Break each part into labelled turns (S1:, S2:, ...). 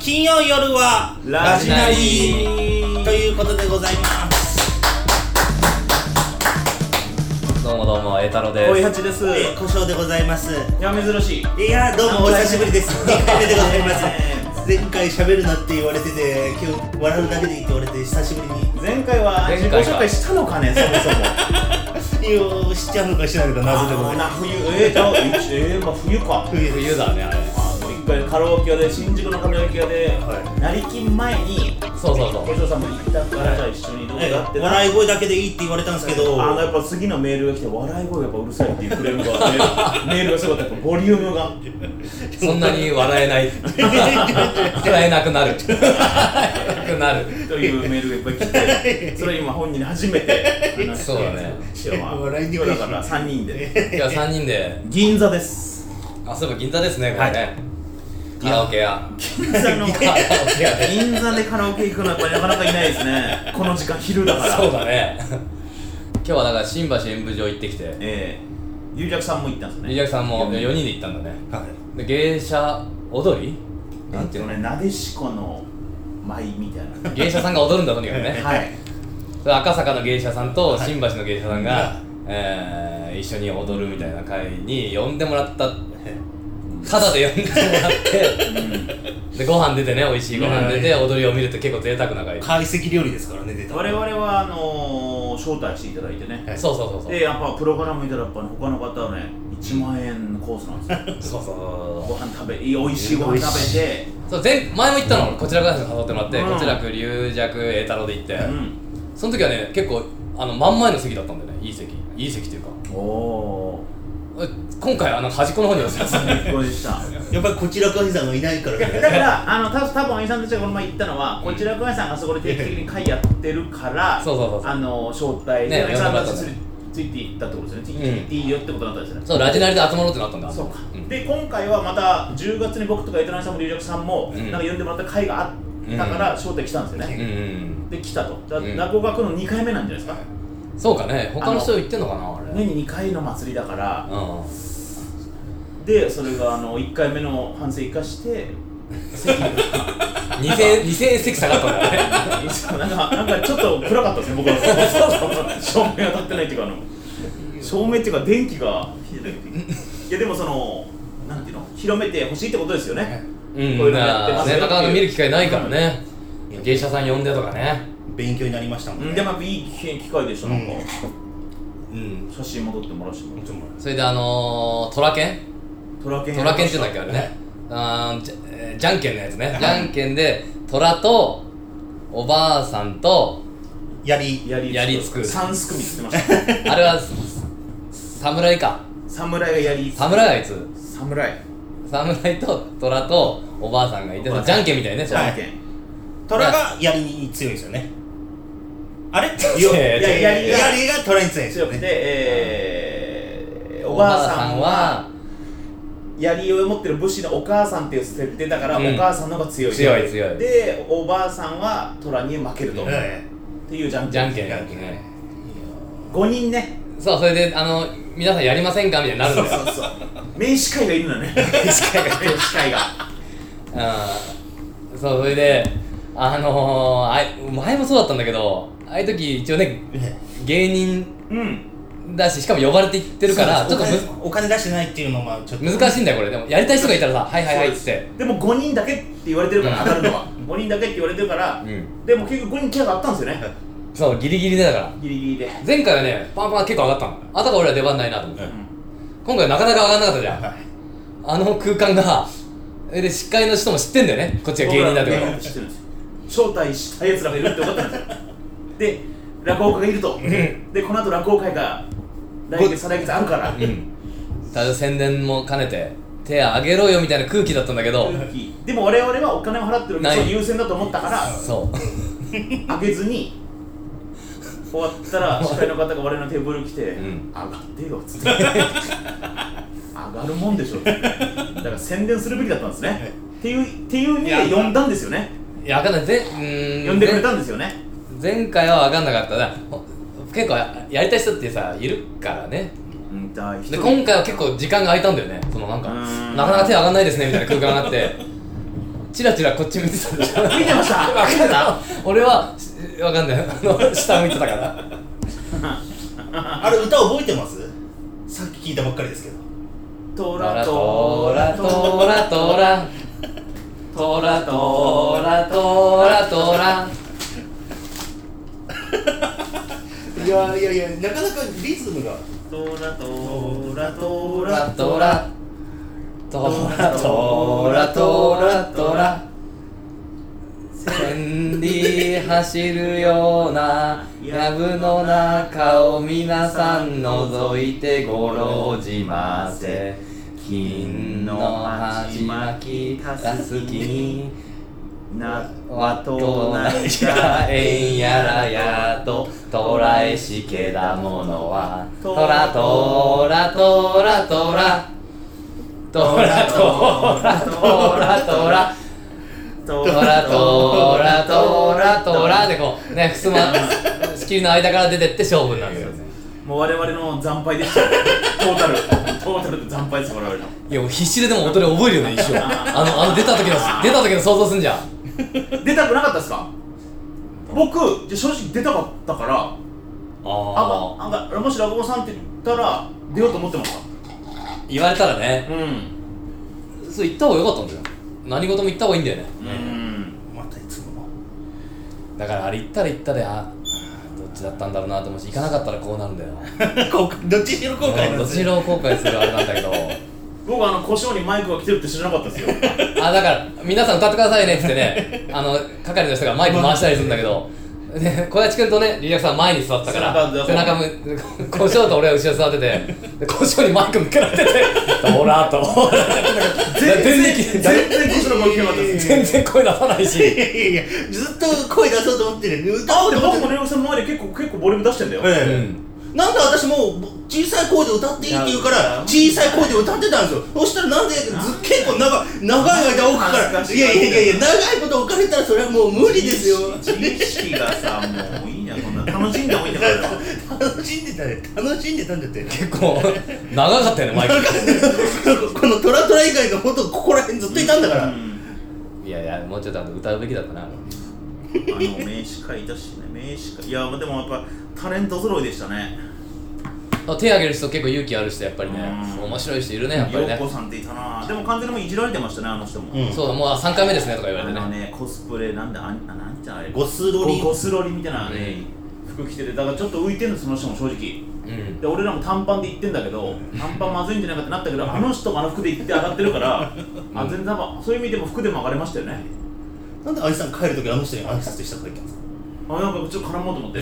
S1: 金曜夜はラジナリーということでございます
S2: どうもどうも、栄太郎
S3: おい
S2: です。
S3: はちです。
S1: え
S3: い
S1: ー、故障でございます
S3: や、珍し
S1: い
S3: い。
S1: やーどうもお久しぶりです2回目でございます前回喋るなって言われてて今日笑うだけでいいって言われて久しぶりに
S3: 前回は
S2: 前
S3: 自己
S2: 回は
S3: 紹介したのかね、そもそも。
S1: いやーしちゃうのかしないのか謎でござい
S3: な
S1: ま
S3: 冬、えー、じゃあ、一えー、まあ、冬か。
S1: す
S2: 冬だね、あれ。
S3: あの一回カラオケ屋で、新宿のカラオケ屋で、
S1: は
S3: 成金前に。
S2: そうそうそう
S3: お嬢さんも行ったから、じゃあ、一緒にどうだってな。
S1: 笑い声だけでいいって言われたんですけど
S3: あの、やっぱ、次のメールが来て、笑い声がやっぱうるさいっていうクレームが あって。メールがすごかった、やっぱボリュームが。
S2: そんなに笑えない。笑えなくなる。なくなる。
S3: というメールがいっぱい来て、それ今本人に初めて話して。
S2: そうだね
S3: 今日は。
S1: 笑いに
S3: 今
S1: は
S3: 日だから、三人で。
S2: 今日は3人で、
S3: 銀座です。
S2: あ、そういえば銀座ですね、これね。カラオケ屋。
S3: 銀座の。
S2: カラオケ屋で。
S3: 銀座でカラオケ行くのはやっぱりなかなかいないですねこの時間昼だから
S2: そうだね。今日はだから新橋演舞場行ってきて、
S3: ええ龍尺さんも行ったんですね
S2: リジャクさんも4人で行ったんだね。
S1: はい
S2: で芸者踊り
S3: えっとねなでしこの舞みたいな
S2: 芸者さんが踊るんだ、とにかくね。
S3: はい
S2: それ赤坂の芸者さんと新橋の芸者さんが、えー一緒に踊るみたいな会に呼んでもら ったただで呼んでもらってでご飯出てね美味しいご飯出て踊りを見るって結構贅沢な会
S1: 懐石料理ですからね出た
S3: 我々はあのー、招待していただいてね
S2: そうそうそうそう
S3: でやっぱプログラム見たらやっぱ、ね、他の方はね1万円コースなんですよ
S2: そうそう
S3: ご飯食べいい美味しいご飯食べて
S2: そう前前も言ったのこちらから誘ってもらって、
S3: うん
S2: こちらく龍尺栄太郎で行って、
S3: うん
S2: その時はね結構あの真ん前の席だったんだよねいい席いい席っていうか
S3: おお
S2: え今回あの端っこの方に寄せま した
S3: ー最高でした
S1: やっぱりこちらかにさんがいない から
S3: だからあのた多分おじさんたちがこの前言ったのはこちらくわさんがそこで定期的に会やってるから
S2: そうそうそうそう
S3: あの招待
S2: ね
S3: でおじさんた
S2: 呼んでもらったん
S3: ち
S2: だ
S3: つ
S2: ね
S3: ついていったってことですよね、
S2: うん
S3: ついていっていいよってことだったんですよね
S2: そうラジナリで集まろうってなったんだ
S3: そうか、
S2: ん
S3: で今回はまた10月に僕とかエトナイさんも龍尺さんも、
S2: うん
S3: なんか呼んでもらった会があったから招待来たんですよ
S2: うん
S3: ね、
S2: うん
S3: で来たとだ
S2: うん
S3: 落語学の2回目なんじゃないですか、
S2: そうかね、他の人行ってんのかな、あれ。
S3: 年に2回の祭りだから
S2: う
S3: でそれがあの1回目の反省生かして席に
S2: ん。2000円、2000円席下がったんだね。
S3: なんか、なんかちょっと暗かったですね、僕は。照明当たってないっていうか、あの。照明っていうか、電気が。いや、でも、その、なんていうの、広めてほしいってことですよね。
S2: うん、
S3: こういうのやって
S2: ま
S3: ま
S2: あ、
S3: すよ
S2: ね、なかなか見る機会ないからね。芸者さん呼んでとかね。
S1: 勉強になりましたも
S3: うんん、
S1: ね
S3: でも、やっぱいい機会でした、なんか
S1: う。うん
S3: 写真も撮ってもらうし。
S1: ちょっと
S2: それであのー、トラケン
S3: トラケン。
S2: トラケンって言うんだっけ、あれね。あーじゃえーじゃんけんのやつね。じゃんけんで、トラと、おばあさんと、
S1: やり
S3: やり
S2: やりつく
S3: 三すくみつってました。
S2: あれは、侍か。
S3: 侍がやりつく。
S2: 侍があいつ。
S3: 侍。
S2: 侍と、トラと、おばあさんがいて、そのじゃんけんみたいね、
S3: じ
S2: そう
S3: ゃんけん。
S1: 虎がやりに強いですよねあ れ
S2: い
S3: いや
S2: や
S3: やりが
S1: やりが虎に強いです
S3: 強
S1: よ
S3: くて、
S1: ね
S3: えー、
S2: お
S3: お
S2: ば
S3: ばあ
S2: あさ
S3: さ
S2: ん
S3: んは。
S2: は、
S3: 槍を持ってる武士のお母さんっていう設定だから、
S2: うん
S3: お母さんの方が強い
S2: 強い強い
S3: でおばあさんは虎に負けると、
S2: うん
S3: っ
S1: え
S3: ていうじゃん
S2: じゃん
S3: けん
S2: けんやってね。
S3: 5人ね
S2: そう、それで、あの、皆さんやりませんかみたいになるんだよ。
S3: そうそう名司会がいるのね名司会が名司会が
S2: うんそう、それで、あのー、あい前もそうだったんだけど、ああいう時一応ね、芸人
S3: うん
S2: だし、しかも呼ばれて行って
S1: え
S2: るから、ち
S1: そ
S2: ょっ
S1: う
S2: と
S1: ですお金お金出してないっていうのもちょっと
S2: む難しいんだよ、これ。でも、やりたい人がいたらさ、はいはいはいっつって。
S3: でも5人だけって言われてるから
S2: うん
S3: 当たるのは5人だけって言われてるから、
S2: うん
S3: でも結局5人キャラがあったんですよね
S2: そう、ギリギリでだから。
S3: ギリギリで、
S2: 前回はね、パンパン結構上がったの。あたか俺は出番ないなと思って。今回なかなか上がんなかったじゃん。あの空間が、えで、司会の人も知ってんだよね。こっちが芸人だってこ
S3: 僕ら
S2: と
S3: は。知ってるんですよ招待したやつらがいるって分かったんですよで落語家がいるとでこの後落語会が来
S2: ご
S3: 月再来月あるから、
S2: うん。ただ宣伝も兼ねて、手あげろよみたいな空気だったんだけど、
S3: でも我々はお金を払ってるお
S2: ない
S3: 店を優先だと思ったから
S2: そう。
S3: あげずに終わったら司会の方が我々のテーブル来て「
S2: うん
S3: 上がってよ」っつって上がるもんでしょってだから宣伝するべきだったんですねっていうっていう意味で呼んだんですよね
S2: いや、わかんない。ぜうーん
S3: 呼んでくれたんですよね
S2: 前前回はわかんなかったな。ほ結構ややりたい人ってさ、いるからね。
S3: うんだ一人
S2: で、今回は結構時間が空いたんだよね。そのなんか、
S3: うーん
S2: なかなか手上がんないですねみたいな空間があって。チラチラこっち見てたでしょ
S3: 見てました
S2: 分かんない俺は分かんないあの下向いてたから
S1: あれ歌覚えてますさっき聞いたばっかりですけど
S3: ト
S2: ト
S3: ラ
S2: ラ
S3: ト
S2: ト
S3: ラ
S2: ラ
S3: ト
S2: ト
S3: ラ
S2: ラトラトラトラトラトラ
S1: いやいやいやなかなかリズムが
S3: トラトラ
S2: ト
S3: ト
S2: ラ
S3: ラ
S2: トラトラトラトラトラ千里走るような藪の中を皆さん覗いてごろじませ金の鉢巻きたすきに
S3: な
S2: わとなじらえんやらやととらえしけだものはとらとらとらとらとらとらとらとら
S3: ト
S2: トラトラトラトラでこうねふすま仕切りの間から出てって勝負になるんですよね
S3: もう我々の惨敗でしたよトータルトータルで惨敗です我々の
S2: いやもう必死ででも踊り覚えるよね一生あのあの出た時の出た時の想像すんじゃん
S3: 出たくなかったですか僕じゃあ正直出たかったからあ
S2: ああ
S3: んがあんがもし落語さんって言ったら出ようと思ってまし
S2: 言われたらね
S3: たうん
S2: そう言った方が良かったんだよ何事も言った方がいいんだよね
S3: うん
S1: またいつもの
S2: だからあれ行ったら行ったでああーどっちだったんだろうなと思うし行かなかったらこうなるんだよ
S1: 後悔 どっちにしろ後悔なんで
S2: どっち
S1: す
S2: に
S1: よ
S2: も後悔するあれなんだけど
S3: 僕あの故障にマイクが来てるって知らなかったで すよ
S2: あだから皆さん歌ってくださいねっつってねあの係の人がマイク回したりするんだけどで小林君とねリリアクさんは前に座ったから
S3: 背
S2: 背
S3: 中
S2: 中
S3: も
S2: も胡椒と俺は後ろ座っててで胡椒にマイク向けられてて「オラ」と「全
S3: 全
S2: 然
S3: 然故障の声来なかったです
S2: 全然声出さないし
S1: いやいやいやずっと声出そうと思ってる歌おう
S3: で
S1: と思
S3: 僕
S1: って
S3: も
S1: る
S3: レオさんの前で結構結構ボリューム出してんだよ
S2: う
S1: ええ
S2: ん
S1: なんで私もう小さい声で歌っていいって言うから小さい声で歌ってたんですよそしたらなんでず結構長い長い間奥
S3: 恥ず
S1: か
S3: からし
S1: い
S3: い
S1: やいやいやいや長いこと置かれたらそれはもう無理ですよ
S3: 自意識がさもういいなこんな楽しんでもいいんだ から
S1: 楽しんでたね楽しんでたんだって
S2: 結構長かったよねマイク
S1: このトラトラ以外のほんとここら辺ずっといたんだから、
S3: うん
S2: いやいやもうちょっとあの歌うべきだったなあの
S3: あの名刺会いたしね名刺会いやでもやっぱタレント揃いでしたね
S2: あ手挙げる人結構勇気ある人やっぱりね
S3: うん
S2: 面白い人いるねやっぱり
S3: 陽
S2: ね
S3: 子さんっていたなでも完全にもういじられてましたねあの人も、
S1: うん
S2: そうだもうあ3回目ですねとか言わ
S3: あ
S2: れて
S3: の
S2: ね
S3: ねコスプレなんだあんあなんてあれ
S1: ゴスロリ
S3: ゴスロリみたいなね、服着ててだからちょっと浮いてんのその人も正直
S2: うん
S3: で俺らも短パンで行ってんだけど短パンまずいんじゃないかってなったけどあの人があの服で行って上がってるから、あ全然多分そういう意味でも服でも上がれましたよね
S1: なんで愛さん帰る時あの人に挨拶したとか言ったんですか
S3: あなんかちょっと絡もうと思って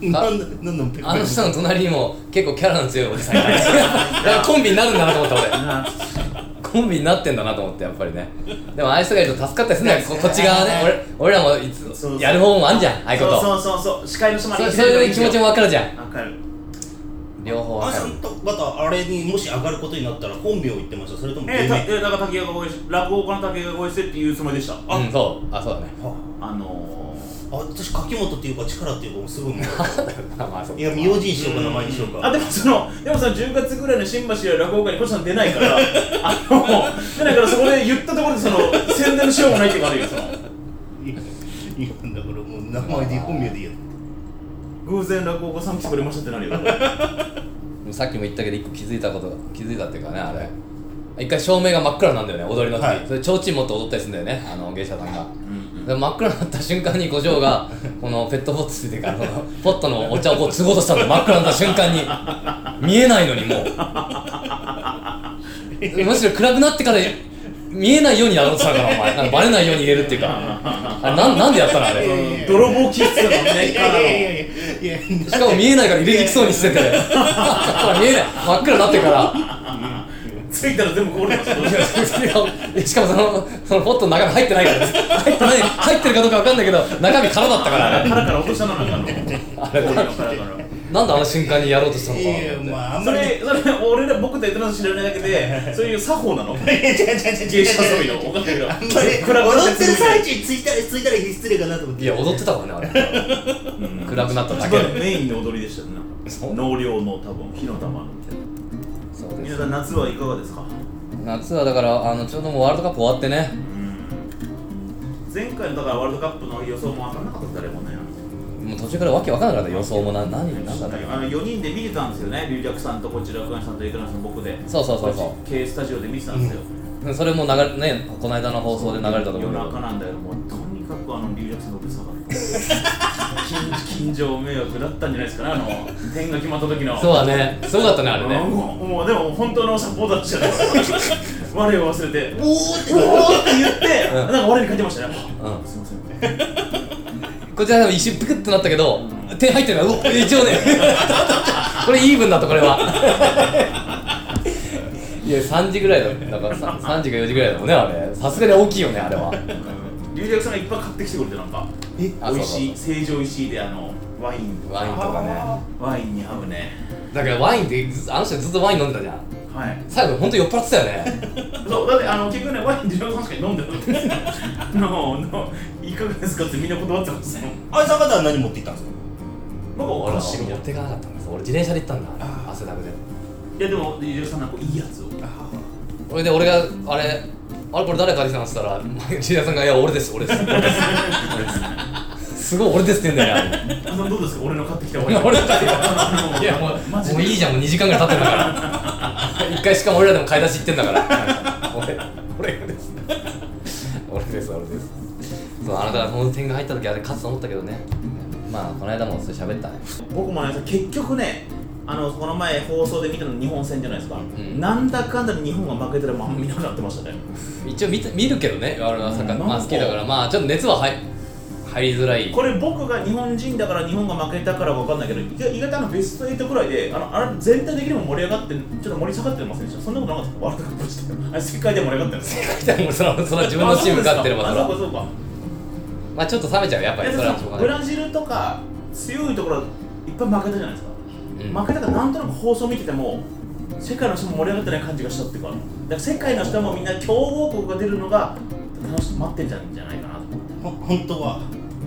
S1: なんだなんだペコペコ
S2: あの人の隣にも結構キャラの強いおじさん がいてだから コンビになるんだなと思った俺コンビになってんだなと思ってやっぱりねでもああいう人がいると助かったりするんだよここっち側ね俺俺らもい
S3: そうそう
S2: つやる方もあんじゃんああいうこと
S3: そうそうそうそう司会の人まで
S2: そうそういう気持ちも分かるじゃん
S3: 分かる
S2: 両方
S1: 愛
S2: 分か
S1: さ
S2: る
S1: んとまたあれにもし上がることになったら本名を言ってましたそれとも
S3: え
S1: 芸
S3: ー、た
S1: 名、
S3: えーだから竹谷が声し落語家の竹谷が声してっていうつもりでしたあ、
S2: うんそうあそうだね
S3: あの
S1: あ私柿本っていうか力っていうかもうすごいもん
S2: まあまあそう
S1: いや名字にしよ
S3: ー
S1: うか名前にしよう
S3: あ
S1: か
S3: でもそのでもその10月ぐらいの新橋や落語家に星さん出ないからあの出ないからそこで言ったところでその宣伝のしようもないっていうかあるよその
S1: いやいやだからもう名前で本名でいいや
S3: 偶然落語家さん来てくれましたってなるよ
S2: さっきも言ったけど一個気づいたこと気づいたっていうかねあれ一回照明が真っ暗なんだよね踊りの時、
S1: はい
S2: それ提灯持って踊ったりするんだよねあの芸者さんが、
S3: ん
S2: で真っ暗になった瞬間に胡 椒がこのペットボトルついてるからこのポットのお茶をこう継ごうとしたんだよ真っ暗になった瞬間に見えないのにも うむしろ暗くなってから見えないようにやろうとしたからお前なんかバレないように入れるっていうかあれなんなんでやったのあれ
S1: いやいや
S3: 泥棒気質の
S1: いや
S3: ね
S1: い
S3: から
S1: やいや
S3: の
S1: いやいやいや
S2: しかも見えないから入れてきそうにしてて ほら見えない真っ暗になってから
S3: ついたら全部こぼれました
S2: いやいやしかもそのそのポットの中身入ってないからです入ってない入ってるかどうかわかんないけど中身空だったから
S3: カラカラ落としたのなんかあの氷のカラカラ
S2: なんであの瞬間にやろうとしたのか
S1: いやいや
S2: な
S1: まああん
S3: そ
S1: まり
S3: れ、それ俺ら僕とエトナス知らないだけで、そういう作法なの
S1: いや違う違う違う違う
S3: 芸者遊びの、おかしいけど。
S1: あんまり踊ってる最中についたらついたら失礼かなと思って
S2: いや踊ってたからねあれ暗くなっただ
S3: 一
S2: け
S3: 番
S2: で
S3: メインの踊りでしたよね。
S2: そう
S3: 納涼の多分、火の玉のみたいな。
S2: そうで
S3: 皆
S2: す
S3: さん、夏はいかがですか
S2: 夏はだからあのちょうどもうワールドカップ終わってね
S3: うん前回のだからワールドカップの予想も当たらなかった誰もね
S2: もう途中からわけわからなかった予想もな何何だったか
S3: あの4人で見てたんですよね龍尺さんとこちらくんさんとエクラさんと僕で
S2: そうそうそうそう
S3: K スタジオで見てたんですよ、
S2: なそれも流れねこの間の放送で流れたと思うけ
S3: 夜
S2: ど
S3: 中なんだけどもうとにかくあの龍尺さんのうる さかった近近所迷惑だったんじゃないですかねあの点が決まった時 の
S2: そうだねすごかったねあれ
S3: うん
S2: ね
S3: もうでも本当のサポーターじゃないですか我を忘れて「おお!」って言って
S2: うん
S3: なんか我に返ってましたね
S2: う
S3: すいません
S2: こちらでも一瞬ピクッとなったけど手入ってるなうお一応ね これイーブンだったこれはいや3時ぐらいだだからさ3時か4時ぐらいだもんねあれさすがに大きいよねあれは
S3: 龍尺さんがいっぱい買ってきてくれてなんか
S2: え
S3: 美味しい成城石井であのワイン
S2: ワインとかね
S3: ワインに合うね
S2: だからワインってずあの人ずっとワイン飲んでたじゃん
S3: はい
S2: 最後本当酔っ払ってたよね
S3: そうだってあの結局ねワイン二郎さんしか飲んでなかったん ですよあののいかがですかってみんな断ってたんですよ
S1: あいさん方は何持って行ったんですか
S3: なんかお
S2: 俺
S3: か
S2: は
S3: しい
S2: 持ってかなかったんです俺自転車で行ったんだ汗だくで
S3: いやでも龍尺さんなんかいいやつ を
S2: それで俺があれあれこれ誰かできたんっつったら ジュニアさんが「いや俺です俺です俺です俺です」すごい俺ですって言うんだよね
S3: あのどうですか俺の買ってきた
S2: い
S3: ワイン
S2: や俺だって
S3: あ の
S2: いやもう
S3: マジ
S2: もう
S3: で
S2: いいじゃんもう2時間ぐらい経ってんだから一回しかも俺らでも買い出し行ってんだから 俺俺がです俺です俺ですそうあなたがその点が入った時あれ勝つと思ったけどねまあこの間もそれ喋ったね
S3: 僕もね結局ねあのこの前放送で見たの日本戦じゃないですか、
S2: ん
S3: なんだかんだで日本が負けてるまんま見なくなってましたね
S2: 一応見て見るけどね俺はサッカー、
S3: うん
S2: まあ、好きだからまあちょっと熱は入入りづ らい
S3: これ僕が日本人だから日本が負けたからわかんないけど意外意外とあのベスト8くらいであのあれ全体的にも盛り上がってちょっと盛り下がってませんでしたそんなことなかったワールドカップ自体あれ世界で盛り上がってるんですよ
S2: もうそらそら自分のチーム勝ってれば
S3: あ
S2: そ
S3: そう
S2: ら
S3: かそうか
S2: まあちょっと冷めちゃうやっぱり
S3: え
S2: それはしょ
S3: そ
S2: う
S3: の
S2: がな
S3: ブラ
S2: い
S3: ジルとか強いところいっぱい負けたじゃないですか、
S2: うん
S3: 負けたからなんとなく放送見てても世界の人も盛り上がってない感じがしたっていうかだから世界の人もみんな強豪国が出るのが楽しく待ってんじゃんじゃないかなと思って
S1: ほ本当は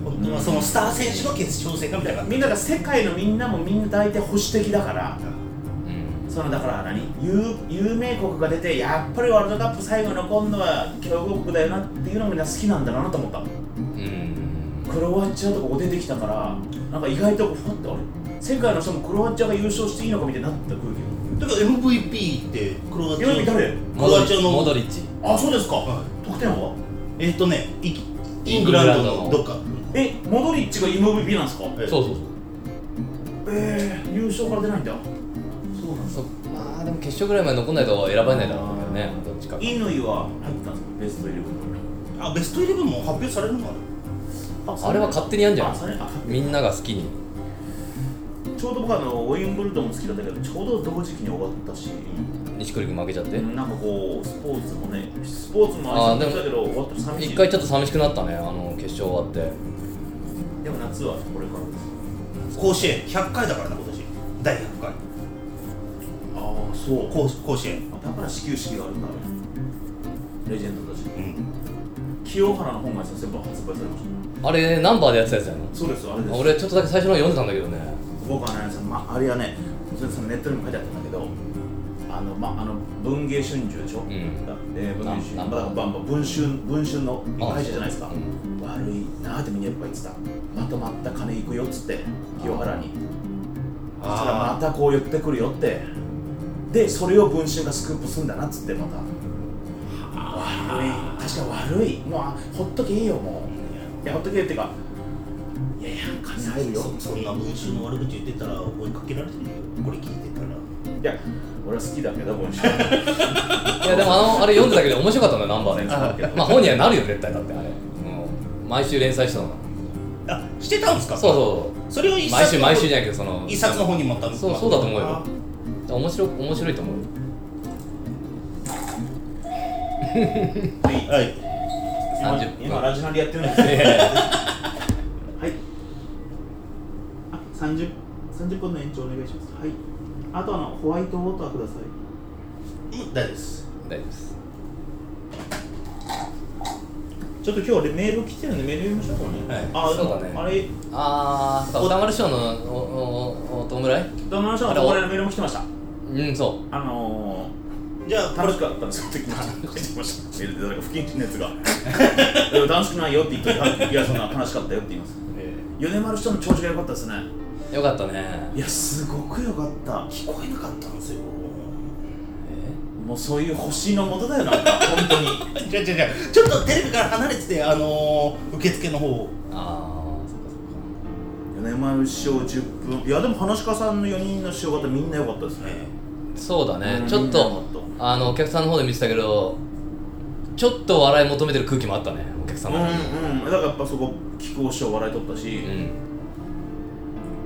S1: 本当はそのスター選手の決勝戦がみたいな
S3: みんなが世界のみんなもみんな大体保守的だから
S2: うん
S3: そのだから何有有名国が出てやっぱりワールドカップ最後の今度は強豪国だよなっていうのがみんな好きなんだなと思った
S2: うん
S3: クロアチアとかここ出てきたからなんか意外とふわってあれ世界の人もクロアチアが優勝していいのかみたいになった空気
S1: だから MVP ってクロアチア
S3: MVP 誰
S1: クロアチア
S2: モド
S1: の
S2: リッチ
S3: あそうですか、
S1: は
S3: 得点は
S1: えっ、とねイイングランドのどっか
S3: えモドリッチが MVP なんですか
S1: え
S2: そうそうそう
S3: えー、優勝から出ないんだそうなん
S2: そまあでも決勝ぐらいまで残んないと選ばれないだろうけどねどっちか
S3: 乾は入ったんですかベストイレブン
S1: あベストイレブンも発表されるのか
S2: あれは勝手にやんじゃん
S3: あそれあ
S2: みんなが好きに
S3: ちょうど僕あのウィンブルドンも好きだったけどちょうど同時期に終わったし
S2: 錦織君負けちゃって
S3: なんかこうスポーツもねスポーツもありそうだけど終わったら寂しい
S2: 一回ちょっと寂しくなったねあの決勝終わって
S3: でも夏はこれからです
S1: な甲子園100回だからな今年第100回
S3: ああそう
S1: 甲甲子園
S3: だから始球式があるんだレジェンドたち
S1: うん
S3: 清原の本が先生発売されました
S2: あれナンバーでやってたやつやな
S3: そうですあれです
S2: 俺ちょっとだけ最初の読んでたんだけどね
S3: 僕はねその、まあ、あれはねそれそのネットにも書いてあったんだけどあのまああの文藝春秋でしょ、
S2: ん
S3: えー文藝春秋
S2: な
S3: まあだからまあまあ文春文春の会社じゃないですか
S2: あそう
S3: 悪いなーってみんなやっぱ言ってたまとまった金いくよっつって清原にそしたらまたこう言ってくるよってでそれを文春がスクープすんだなっつってまた悪い確かに悪いもうあほっとけいいよもういやほっとけよっていうかいやいや金入るよ
S1: そそんな文集の悪口言ってたら追いかけられてるよこれ聞いてたら
S3: いや俺は好きだけど文春
S2: いやでもあのあれ読んでたけど面白かったんだよナンバーで
S3: あ
S2: まあ本にはなるよ絶対だってあれ、うん、毎週連載したの
S1: あしてたんですか
S2: そうそう
S1: それを
S2: う
S1: 一
S2: 毎週
S1: 冊の
S2: 毎週じゃないけどその
S1: 一冊の本にまた
S2: そうそうだと思うよ面白面白いと思う
S3: はい
S1: はい
S2: 30
S3: 今
S2: 分
S3: 今ラジナリやってるんですよはいあ三十三十分の延長お願いしますはいあとあのホワイトウォーターください
S1: うん大丈夫です
S2: 大丈夫です
S3: ちょっと今日俺メール来てるんでメール読みましょうか
S1: は
S3: ね、
S1: い
S3: あでも
S2: そうだね
S3: あれ
S2: あーそうか歌丸師匠のおおおお弔い
S3: 旦那の人が
S2: あれ
S3: 俺のメールも来てました
S2: うんそ
S3: あのー
S1: じゃあこ
S3: 楽
S1: れ
S3: しかったんですよって書いてました メールで誰か不謹慎なやつがでも楽しくないよって言っていやそんな悲しかったよって言います米丸師匠の調子が良かったですね
S2: よかったね
S3: いやすごく良かった
S1: 聞こえなかったんですよ
S3: もうそういう星のもとだよなんか本当に
S1: じゃじゃじゃちょっとテレビから離れててあのー、受付の方
S2: ああそっかそっ
S3: 米丸師匠10分いやでも話し家さんの4人の師匠方みんな良かったですね
S2: かそうだね、
S3: うん
S2: ちょっとあのお客さんの方で見てたけどちょっと笑い求めてる空気もあったねお客さんの方に
S3: うんうんだからやっぱそこ木久扇師匠笑い取ったし、
S2: うん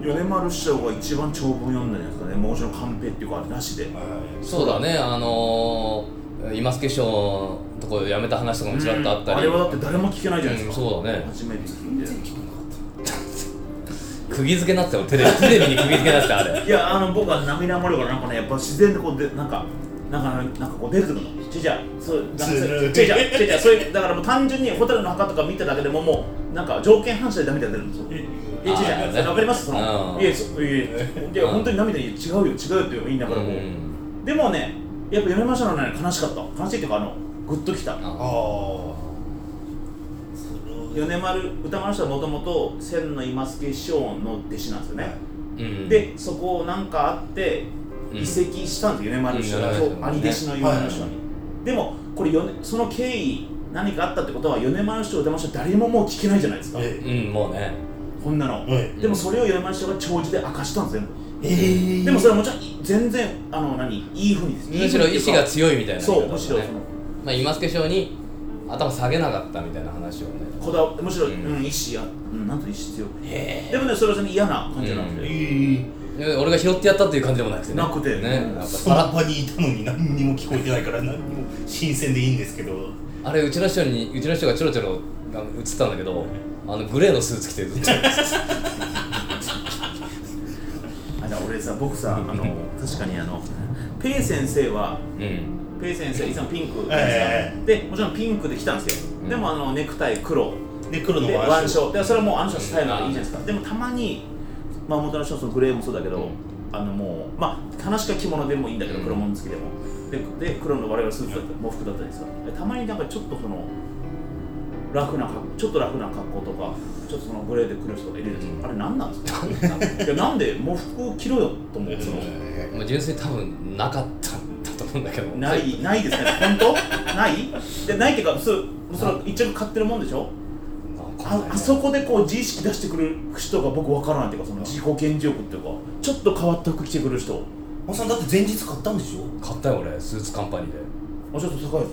S3: 米丸師匠が一番長文読んだんじゃないですかねもちろんカンペっていうかあれなしで
S2: そうだねあのー、今助師匠のとこ辞めた話とかもちらっとあったり、
S3: うんあれはだって誰も聞けないじゃないですか、
S2: うんそうだね
S3: 初めて聞いて
S2: 釘付けになってたよテレビ テレビに釘付けになってたあれ
S3: いやあの僕は涙もろがなんかねやっぱ自然でこうでなんかなんかなんかこう出てくるのちいちゃいそうなんかそう
S1: ずるい
S3: ちいちゃいちいちゃいそういうだからもう単純にホテルの墓とか見ただけでももうなんか条件反射で涙出るんですよえちいち
S2: あ
S3: ゃ
S2: ー
S3: い
S2: ね
S3: わかりますその
S2: うん
S3: いやそういやいやいや本当に涙に違うよ違うよって言いなが
S2: う
S3: らも
S2: ん
S3: でもねやっぱ読めましたのね悲しかった悲しいっていうかあのグッときた
S1: あ
S2: あ
S1: あ
S3: 米丸歌丸師匠はもともと千の今助師匠の弟子なんですよね、
S2: うん
S3: でそこをなんかあって
S2: うん
S3: 移籍したんですよ、米丸師匠
S2: うん
S3: そう
S2: 米丸
S3: 兄
S2: 師匠
S3: 弟子の
S2: ね
S3: 米丸師匠に、でもこれ米その経緯何かあったってことは米丸師匠歌丸師匠誰ももう聞けないじゃないですか、
S1: え
S2: うんもうね
S3: こんなの、
S1: え
S3: でもそれを米丸師匠が長寿で明かしたんです全
S1: えー
S3: 部でもそれはもちろん全然あの何いいふうにです
S2: むしろ意志が強いみたいな
S3: そう
S2: 言い方
S3: むしろ
S2: ね
S3: その
S2: まあ、今助師匠に頭下げなかったみたいな話をね
S3: こだわむしろ、
S2: う
S3: うんん、意志や、うん、なんと意志強い
S2: へ
S3: でもねそれはその嫌な感じなんで、
S2: うん
S1: えー
S2: え俺が拾ってやったっていう感じでもなくてね
S3: なくて
S2: ねやっぱ
S1: そ
S2: さ
S1: の
S2: ら
S1: 場にいたのに何にも聞こえてないから何にも新鮮でいいんですけど
S2: あれうちの人にうちの人がちょろちょろあの映ったんだけどあのグレーのスーツ着てずっと
S3: あじゃあ俺さ僕さあの確かにあのペイ先生は
S2: うん
S3: ペイ先生いつもピンクですか、
S1: え
S3: でもちろんピンクで来たんですよ、
S2: うん
S3: でもあのネクタイ黒
S1: で黒の
S3: で
S1: ワ
S3: ワ
S1: ン
S3: ン
S1: シ
S3: シ
S1: ョッ
S3: ョーでそれはもうあの人のスタイルがいいじゃないですかでもたまにまあ元の人はそのグレーもそうだけど、
S2: うん
S3: あのもうまあ話か着物でもいいんだけど、
S2: うん
S3: 黒物付きでもでで黒の我々スーツだったり喪服だったりさでたまになんかちょっとそのラフな格ちょっとラフな格好とかちょっとそのグレーで来る人がいるじゃないですか、あれ何なんですかいやなんで喪服を着ろよと思うその
S2: まあ純粋に多分なかったんだと思うんだけど
S3: ないないですね本当ないでないっていうかそそれ一応買ってるもんでしょああそこでこう自意識出してくる人が僕わからないっていうかその自己顕示欲っていうかちょっと変わった服着てくる人
S1: プさんだって前日買ったんでしょ
S2: 買ったよ俺スーツカンパニーで
S3: あちょっと高いで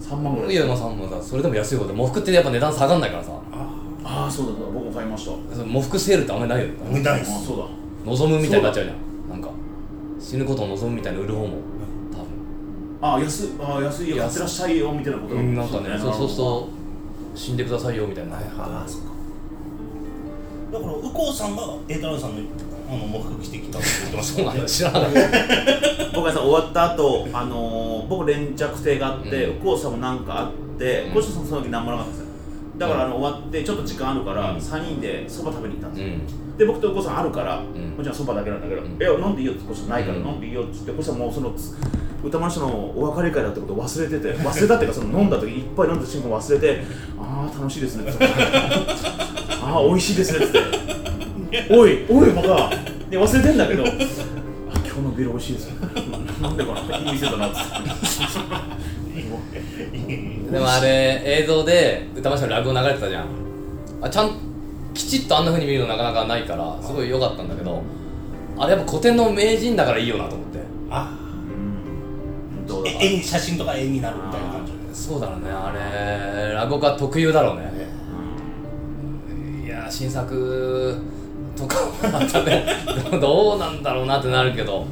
S3: すよ3万ぐらい
S2: いやまあさんもさそれでも安い方で喪服ってやっぱ値段下がんないからさ
S3: ああそうだそうだ僕も買いましたあ
S2: その喪服セールってあんまりないよね
S1: 俺ないっ
S3: あ
S1: す
S3: そうだ
S2: 望むみたいになっちゃうじゃんなんか死ぬことを望むみたいな売る方も多分
S3: ああ安いああ安いよ買っ
S2: 安い
S3: てらっしゃいよみたいなこと
S2: うん、なんかね、そうそう
S3: う
S2: そう、死んでくださいよみたいな。
S1: ああそっかだから右近さんが栄太郎さんのあの喪服着てきたって言ってまし
S2: そ
S1: た
S2: う
S1: も
S2: なん
S1: んね
S2: だ、知らなかった。
S3: 僕はさ終わった後あのー僕連着艇があって
S2: うん
S3: お父さんもなんかあって
S2: うん
S3: お父さんその時何もなかったんですよだからあの終わってちょっと時間あるか
S2: うん
S3: ら3人でそば食べに行ったん
S2: う
S3: ですよ
S2: ん、
S3: で僕とお子さんあるから、
S2: ん
S3: もちろんそばだけなんだけど、
S2: うん
S3: いや飲んでいいよってこそないから、
S2: うん
S3: 飲んでいいよって言ってこそもうそのつ歌丸師匠のお別れ会だってことを忘れてて忘れたっていうかその飲んだ時いっぱい飲んだ瞬間忘れてああ楽しいですねってああ美味しいですねって言っておいおいバカで忘れてんだけどあ今日のビール美味しいですねなんでかないい店だな って
S2: でもあれ、映像で歌丸師匠の落語流れてたじゃん。あ、ちゃん、きちっとあんな風に見るのなかなかないから、すごい良かったんだけど。あれやっぱ古典の名人だからいいよなと思って。
S1: あ
S3: どうだか
S1: 絵に写真とか絵になるみたいな感じ
S2: そうだろうね、あれ、落語家特有だろうね。いやー、新作とかもまたね、 どどうなんだろうなってなるけど。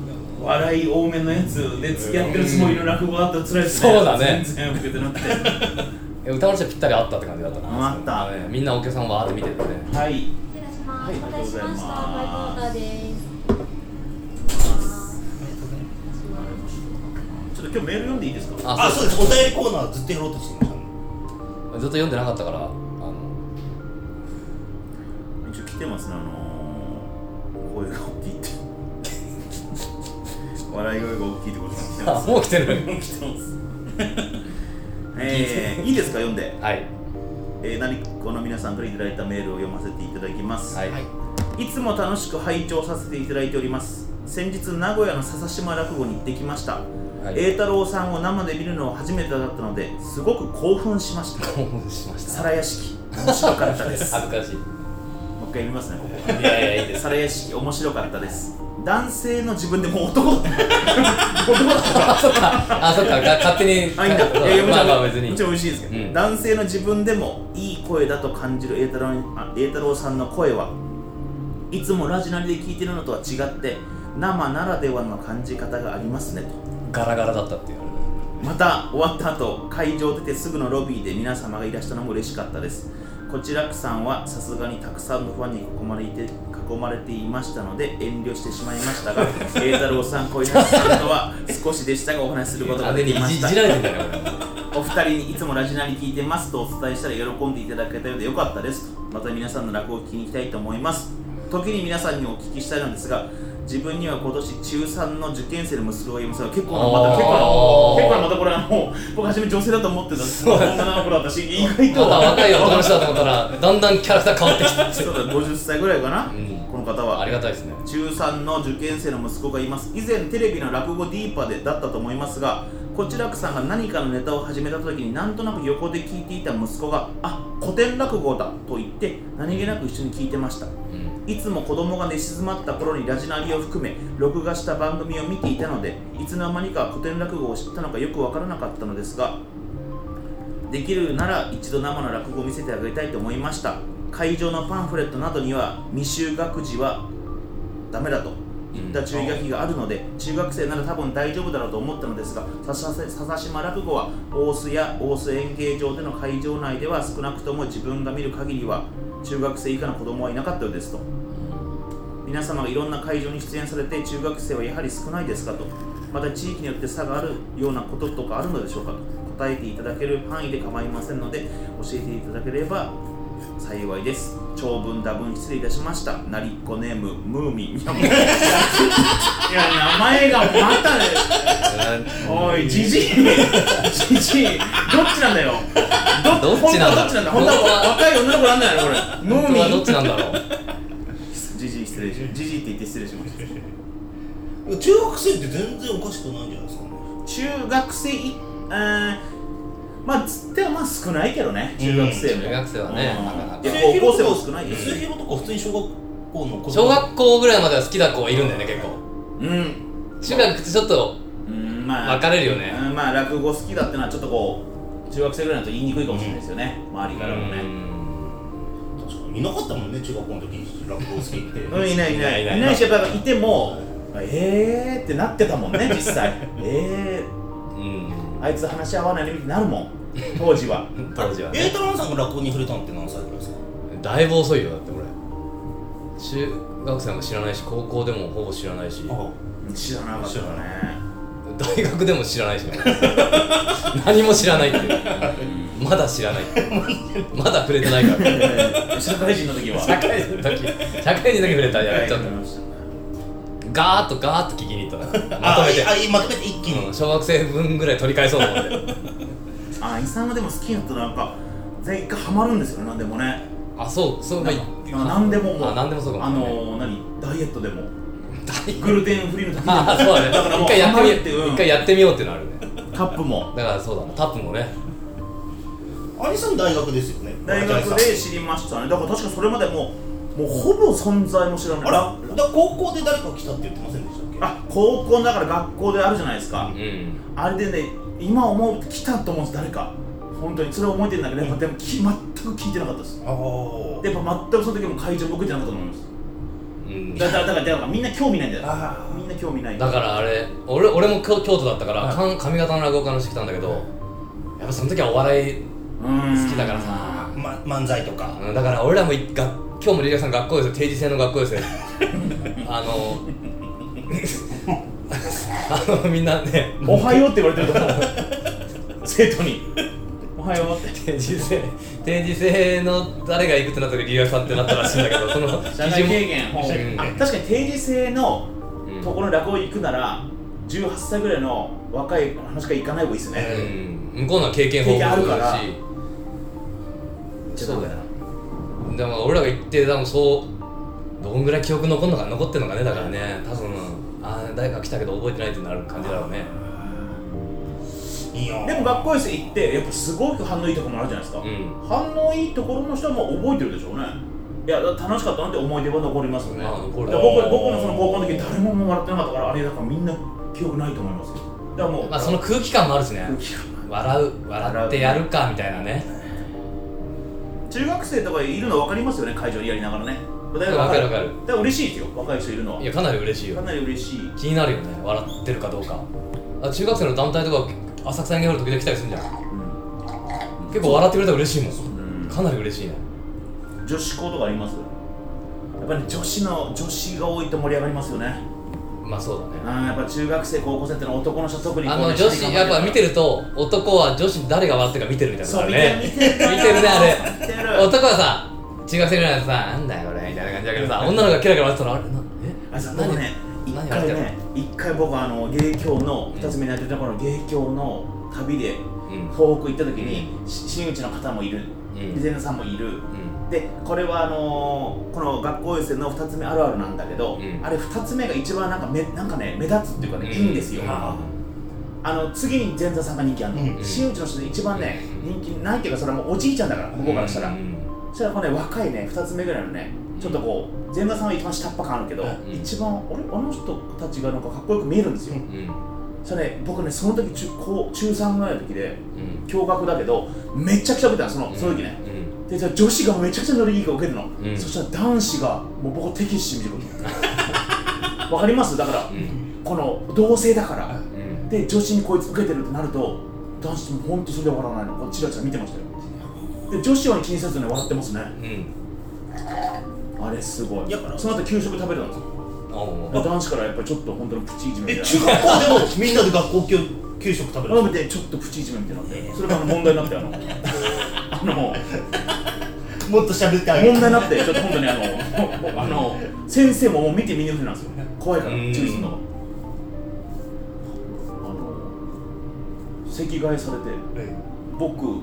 S3: 笑い多めのやつで付き合ってるつもりの落語だったら辛いですね
S2: そうだね
S3: 全然受けてなくて
S2: え歌丸師匠ぴったりあったって感じだったな。
S3: あった
S2: ねみんなお客さんわーって見ててね。
S3: はい
S4: 失礼します。
S3: はい
S4: お待たせしました。バイポーターです。
S3: ちょっと今日メール読んでいいですか
S1: あ
S2: あ
S1: そうですお便りコーナーずっとやろうとしてましたね
S2: ずっと読んでなかったからあの
S3: 一応来てますねあのー声が大きいって笑い声が大きいってことかもしれ
S2: あ
S3: ま
S2: もう来てる
S3: せん来てます。えー、いいですか読んで、
S2: はい
S3: えー、何この皆さんからいただいたメールを読ませていただきます、
S2: はい、
S1: はい
S3: いつも楽しく拝聴させていただいております先日名古屋の笹島落語に行ってきました
S2: はい
S3: 栄、太郎さんを生で見るのは初めてだったのですごく興奮しました
S2: 興奮しました
S3: 皿屋敷面白か ったで すも
S2: 恥ずかしいう
S3: 一回読みますねここ
S2: いやいやいいです
S3: 皿屋敷面白かったです男性の自分でもう男だ男だった
S2: あそっかが勝手に
S3: あいいんだ
S2: そ
S3: い
S2: う
S3: やいや
S2: まあまあ
S3: もち
S2: 別
S3: ろん
S2: に
S3: もちろん美味しいですけど、
S2: うん
S3: 男性の自分でもいい声だと感じる栄太郎にあ栄太郎さんの声はいつもラジナリで聞いてるのとは違って生ならではの感じ方がありますねと
S2: ガラガラだったって言われる
S3: また終わった後会場出てすぐのロビーで皆様がいらしたのも嬉しかったですこちらくさんはさすがにたくさんのファンに囲まれて囲まれていましたので遠慮してしまいま したが栄太郎さん小林さんとは少しでしたがお話しすることが
S2: 完
S3: で
S2: 全
S3: き
S2: にい
S3: ま
S2: じい
S3: した
S2: じられてんだよ
S3: お二人にいつもラジナに聞いてますとお伝えしたら喜んでいただけたようでよかったですとまた皆さんの落語を聞きに行きたいと思います時に皆さんにお聞きしたいのですが自分には今年中3の受験生の息子がいますが結構なまた結
S2: お
S3: 構な
S2: ー
S3: 結構なまたこれあの僕初め女性だと思ってた女の子だったし意外
S2: 俺ま
S3: と
S2: た若い男の人だと思ったらだんだんキャラクター変わってきた
S3: そうだ50歳ぐらいかな、
S2: うん
S3: この方は
S2: ありがたいですね
S3: 中3の受験生の息子がいます以前テレビの落語ディーパーでだったと思いますがこちらくさんが何かのネタを始めた時になんとなく横で聞いていた息子が「あ古典落語だ」と言って何気なく一緒に聞いてました
S2: うん
S3: いつも子供が寝静まった頃にラジナリを含め録画した番組を見ていたのでいつの間にか古典落語を知ったのかよくわからなかったのですができるなら一度生の落語を見せてあげたいと思いました会場のパンフレットなどには未就学児はダメだといった注意書きがあるので中学生なら多分大丈夫だろうと思ったのですが笹笹島落語は大須や大須演芸場での会場内では少なくとも自分が見る限りは中学生以下の子供はいなかったようですと皆様がいろんな会場に出演されて中学生はやはり少ないですかとまた地域によって差があるようなこととかあるのでしょうかと答えていただける範囲で構いませんので教えていただければ幸いです長文多文失礼いたしましたなりっこネームムーミンいやもういや名前がまたねおいじじいじじいどっちなんだよ
S2: どっちなんだ
S3: 本当はどっちなんだ本当は若い女の子なんだよこれム
S2: 本当は
S3: ー
S2: ど
S3: ミ
S2: っ
S3: ン
S2: ちなんだろう
S3: じじい失礼しじじいって言って失礼しました
S1: 中学生って全然おかしくないんじゃないですかね
S3: 中学生いあーまあつってはまあ少ないけどね中学生も、
S2: 中学生はねなかなか
S3: いや高校生も少ないよ
S1: 水平とか普通に小学校の子
S2: 小学校ぐらいまでは好きな子はいるんだよね結構
S3: うん
S2: 中学ってちょっと
S3: うんまあ
S2: 分かれるよね
S3: うんまあ落語好きだってのはちょっとこう中学生ぐらいだと言いにくいかもしれないですよね、周りからもね、
S1: 確かにいなかったもんね中学校の時に落語好きって
S3: うん、いないいない
S2: い
S3: い
S2: な
S3: ないいしやっぱいてもえーってなってたもん ね実際え
S2: うん
S3: ーあいつ話し合わないねみたいになるもん当時は
S2: 当時は
S1: 栄
S2: ね
S1: 太郎さんが落語に触れたのって何歳ぐらいですか
S2: だいぶ遅いよだって俺中学生も知らないし高校でもほぼ知らないし
S3: 知らなかったね
S2: 大学でも知らないしね 何も知らないっていうまだ知らないっていうまだ触れてないから
S3: えー社会人の時は
S2: 社会人の時社会人の時触れたらやっちゃった
S3: はい
S2: ガーッとガーッと聞きに行ったからまと
S1: あ
S2: めて
S1: あいまとめて一気
S2: う
S1: に
S2: ん小学生分ぐらい取り返そうと思って
S3: あイさんはでも好きになったらなんか全員がハマるんですよねなんでもね
S2: あそうそうまあい
S3: ななんでももう
S2: あなんでもそうか
S3: あ
S2: もね
S3: のー、何ダイエットでも
S2: 大
S3: グルテンフリーの時
S2: ああ そうだね
S3: だからもう
S2: 一回やってみようって、
S3: うん
S2: 一回やってみようってのあるね
S3: カップも
S2: だからそうだなタップもね
S1: 兄さん大学ですよね
S3: 大学で知りましたねだから確かそれまでもうもうほぼ存在も知らない
S1: あらだから高校で誰か来たって言ってませんでしたっけ
S3: あ高校だから学校であるじゃないですか、
S2: うん
S3: あれでね今思うと来たと思うんです誰か本当にそれを覚えてるんだけどやっぱでもき全く聞いてなかったです
S1: あー
S3: でやっぱ全くその時も会場僕じゃなかったと思います
S2: うん
S3: だからだからだからみんな興味ないんだよ
S1: あー
S3: みんな興味ない
S2: だからあれ俺俺も京京都だったから、
S3: はい
S2: かん髪型の落語家の人来たんだけど、やっぱその時はお笑い、
S3: うん
S2: 好きだからさ
S1: ま漫才とか
S2: うんだから俺らもいが今日もリリアさん学校ですよ定時制の学 校ですよあの あのみんなね
S3: おはようって言われてると思 う生徒におはようって
S2: 定時制定時制の誰が行くってなった時リリアさんってなったらしいんだけどその
S3: 社会経験
S2: 基準も
S3: あ確かに定時制の
S2: うん
S3: ところの落語行くなら18歳ぐらいの若い話が行かない方がいいです
S2: う
S3: ね、
S2: ん向こうのは経験
S3: 経
S2: 豊富
S3: 験あるから
S2: だし
S3: ちょっとだよ
S2: でも俺らが行って多分そうどんぐらい記憶残んのか残ってんのかねだからね多分ああ誰か来たけど覚えてないってなる感じだろうね
S1: いいよ
S3: でも学校生行ってやっぱすごく反応いいところもあるじゃないですか、
S2: う
S3: 反応いいところの人はもう覚えてるでしょうねいや楽しかったなって思い出は残りますよね
S2: あ残
S3: 僕
S2: る
S3: 僕のその高校の時誰も笑ってなかったからあれだからみんな記憶ないと思いますよだからもう、
S2: まあその空気感もあるしね
S3: 空気感
S2: 笑う笑ってやるかみたいなね
S3: 中学生とかいるの分かりますよね会場でやりながらねだ
S2: 分かる分かる
S3: だから嬉しいですよ若い人いるのはい
S2: やかなり嬉しい
S3: か
S2: よ
S3: なり嬉しい
S2: 気になるよね笑ってるかどうかあ中学生の団体とか浅草演芸ホール時々来たりするんじゃない結構笑ってくれたら嬉しいもん
S3: うん
S2: かなり嬉しいね
S3: 女子校とかありますやっぱり女子の女子が多いと盛り上がりますよね
S2: まあそうだね
S3: あーやっぱ中学生高校生ってのは男の人特にこう
S2: あ
S3: ね
S2: の女子やっぱ見てると男は女子誰が笑ってるか見てるみたいな
S3: そう
S2: だ
S3: 見てる
S2: ね
S3: 見てる
S2: 見てるねあ
S3: 見て
S2: れ
S3: る
S2: 男はさ中学生ぐらいのさなんだよ俺みたいな感じだけどさ女の子がキラキラ笑ってたらあれなえ
S3: あさ僕ね一
S2: 何
S3: 回
S2: 何やって
S3: ね一回僕あの芸協の二つ目にやってた頃の芸協の旅で
S2: ん
S3: 東北行った時にし真打ちの方もいる
S2: うん
S3: デザイナーさんもいる
S2: うん
S3: でこれはあのーこの学校衛生の二つ目あるあるなんだけど、
S2: うん
S3: あれ二つ目が一番なんかめなんかね目立つっていうかね、いいんですよ、
S2: う
S3: あの次に前座さんが人気あるの、
S2: うん
S3: 真打ちの人で一番ね、
S2: うん
S3: 人気ないっていうかそれはもうおじいちゃんだから向こうからしたら、
S2: うんうん
S3: そしたらこのね若いね二つ目ぐらいのねちょっとこう前座さんは一番下っ端感あるけど、
S2: ん
S3: 一番あれあの人たちがなんかかっこよく見えるんですよ、
S2: うん
S3: それね僕ねその時中高中3ぐらいの時で
S2: うん
S3: 驚愕だけどめっちゃくちゃ見たのその、その時ね、でじゃあ女子がめちゃくちゃノリいい顔受けるの、
S2: うん
S3: そしたら男子がもう僕敵視してみるの わかりますだから、
S2: うんうん
S3: この同性だから、
S2: うん
S3: で女子にこいつ受けてるってなると男子も本当それで笑わないのこうチラチラ見てましたよで女子は気にせずね笑ってますね
S2: うん
S3: あれすごい
S1: やっぱ
S3: その後給食食べれたんですよ
S2: あもう
S3: で男子からやっぱりちょっと本当のプチいじめ
S1: え
S3: みた
S1: 中
S3: いな
S1: 学校でも みんなで学校給給食食べる
S3: あでちょっとプチいじめみたいになってそれがあの問題になってあ のあの
S1: もっと喋ってあげる
S3: 問題になって、ちょっと本当にあの、あの先生ももう見て見ぬふりなんですよ。怖いから、
S2: うん
S3: 注意するのが。あの、席替えされて、僕の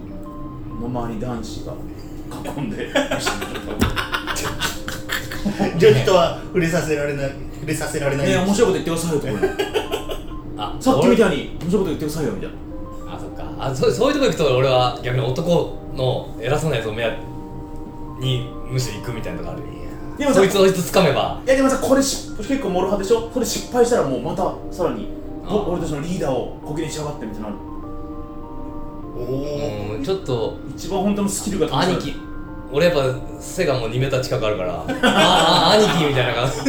S3: 周りに男子が囲んで、
S1: 女子とは触れさせられない触れさせられない、
S3: ねえ、面白いこと言ってくださいよとか言う
S2: あ
S3: さっき
S2: 俺
S3: みたいに、面白いこと言ってくださいよみたいな。
S2: あそっかあそうそういうとこ行くと俺は逆に男の偉そうなやつを目にむしろ行くみたいなとこあるよ
S3: でもさ
S2: そいつをいつ掴めば
S3: いやでもさ、これし結構もろ派でしょこれ失敗したらもうまたさらに、
S2: あー
S3: お俺たちのリーダーをこけにしやがってみたいな。
S1: おお
S2: うんちょっと
S3: 一番本当のスキルが試され
S2: 兄
S3: る
S2: 貴俺やっぱ背がもう2メーター近くあるからああ兄貴みたいな感じ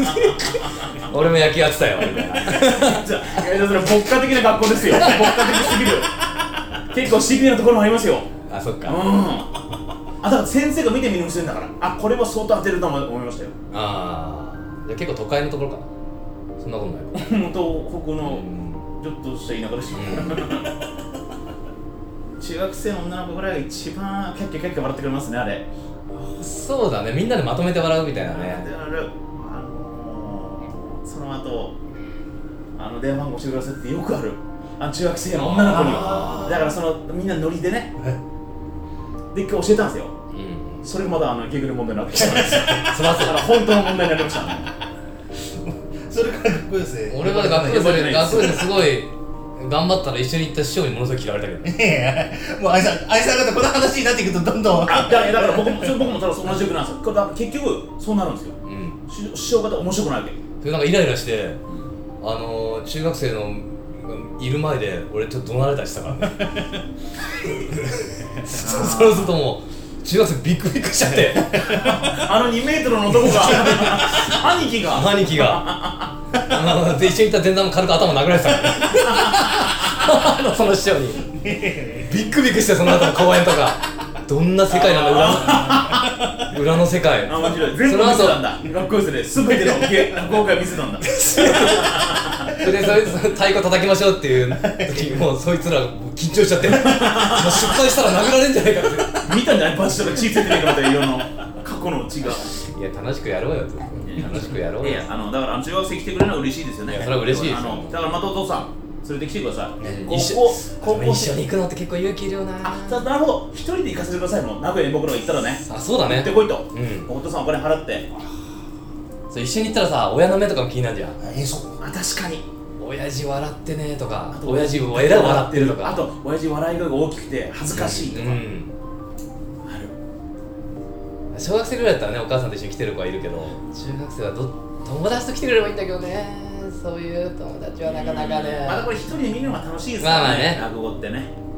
S2: 俺も野球やってたよみたいな
S3: じゃあ、いやそれは牧歌的な学校ですよ。牧歌的すぎる。結構シビアなところもありますよ。うん。
S2: あそっか
S3: あ、だから先生が見て見ぬふりするんだから。あ、これは相当当てると思いましたよ。
S2: ああじゃあ結構都会のところかなそんなことないか
S3: 本当、ここ
S2: う
S3: の
S2: ん
S3: ちょっとした田舎ですよ。
S2: うん
S3: 中学生の女の子ぐらいが一番キャッキャキャッキャ笑ってくれますね、あれ。
S2: そうだねみんなでまとめて笑うみたいな
S3: あ
S2: ね
S3: るある。あのー、その後、あの電話番号教えてくださいってよくある。あの中学生の女の子に
S2: あ
S3: は。
S2: ー
S3: だからそのみんなノリでね。で、今日教えたんですよ。
S2: うん
S3: それがま だあのゲグの問題になってきたんですよ。
S2: すま
S3: だから本当の問題になりました。
S1: それから学校ですね
S2: 俺は学部
S3: 呼ばれな
S2: で
S3: いです
S2: 学部ですごい頑張ったら一緒に行った師匠にものすごい嫌われたけ どね
S1: いやいやもうあいさんあいさん方この話になっていくとどんどん
S3: あ、だからだから僕もそれ僕もただ同じくなんですよ。これだから結局そうなるんですよ。
S2: うん
S3: し師匠方面白くないわけ。
S2: それなんかイライラして、あのー、中学生のいる前で俺ちょっと怒鳴られたりしたからねそう そうするともう中学生ビックビックしちゃって
S3: あの2メートルの男 が兄貴が。
S2: 兄貴があので一緒に行った前座も軽く頭殴られてたからねあ のその師匠にビックビックしてその後の公演とかどんな世界なんだ裏の裏の世界
S3: あ面白い。全部見せたんだ。学校生で全ての芸落語会見せたんだ。
S2: それでそれその太鼓叩きましょうっていう時もうそいつら緊張しちゃってもう失敗したら殴られるんじゃないかって
S3: 見たんじゃないバチとか血ついてないかみたいな色の過去の血が。
S2: いや楽しくやろうよと楽しくやろう
S3: い
S2: よ
S3: やあのだからあの中学生来てくれるのは嬉しいですよね
S2: いやそれは嬉しいですよ
S3: あのだからまたお父さん連れてきてください、
S2: ね
S3: 高
S2: 一緒
S3: 校高
S2: で
S3: 校
S2: も
S3: 生
S2: 一緒に行くのって結構勇気いるよな
S3: あななるほど一人で行かせてくださいもう名古屋に僕らが行ったらね
S2: あそうだ
S3: 行
S2: ね
S3: ってこいと、
S2: うん
S3: お父さんお金払って
S2: そう一緒に行ったらさ親の目とかも気になるじゃん
S1: えそう
S3: あ確かに
S2: 親父笑ってねとか
S3: あと
S2: 親父えらい笑ってるとか
S3: あと親父笑い声が大きくて恥ずかしいとか、
S2: うん
S3: ある
S2: 小学生ぐらいだったらねお母さんと一緒に来てる子はいるけど中学生はど友達と来てくれればいいんだけどねそういう友達はなかなかね
S3: またこれ一人で見るのが楽しいですからね,、
S2: まあまあね
S3: 落語ってね、
S2: うん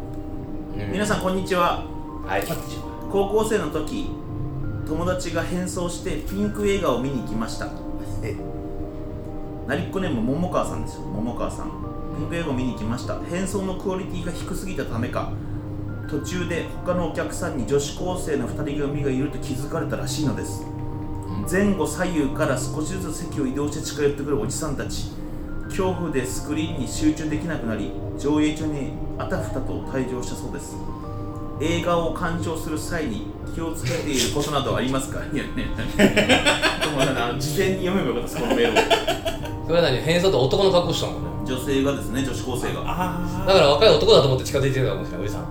S3: 皆さんこんにちは
S2: はい
S3: 高校生の時友達が変装してピンク映画を見に行きました
S1: え
S3: なりっこネーム桃川さんですよ桃川さんピンク映画を見に行きました変装のクオリティが低すぎたためか途中で他のお客さんに女子高生の2人組がいると気づかれたらしいのです前後左右から少しずつ席を移動して近寄ってくるおじさんたち恐怖でスクリーンに集中できなくなり上映中にあたふたと退場したそうです映画を鑑賞する際に気をつけていることなどはありますかいやねでもなんかあの事前に読めばよかったですこのメールを
S2: それは何変装って男の格好したもんね
S3: 女性がですね女子高生が
S1: あ
S2: だから若い男だと思って近づいてるかもしれないおじさん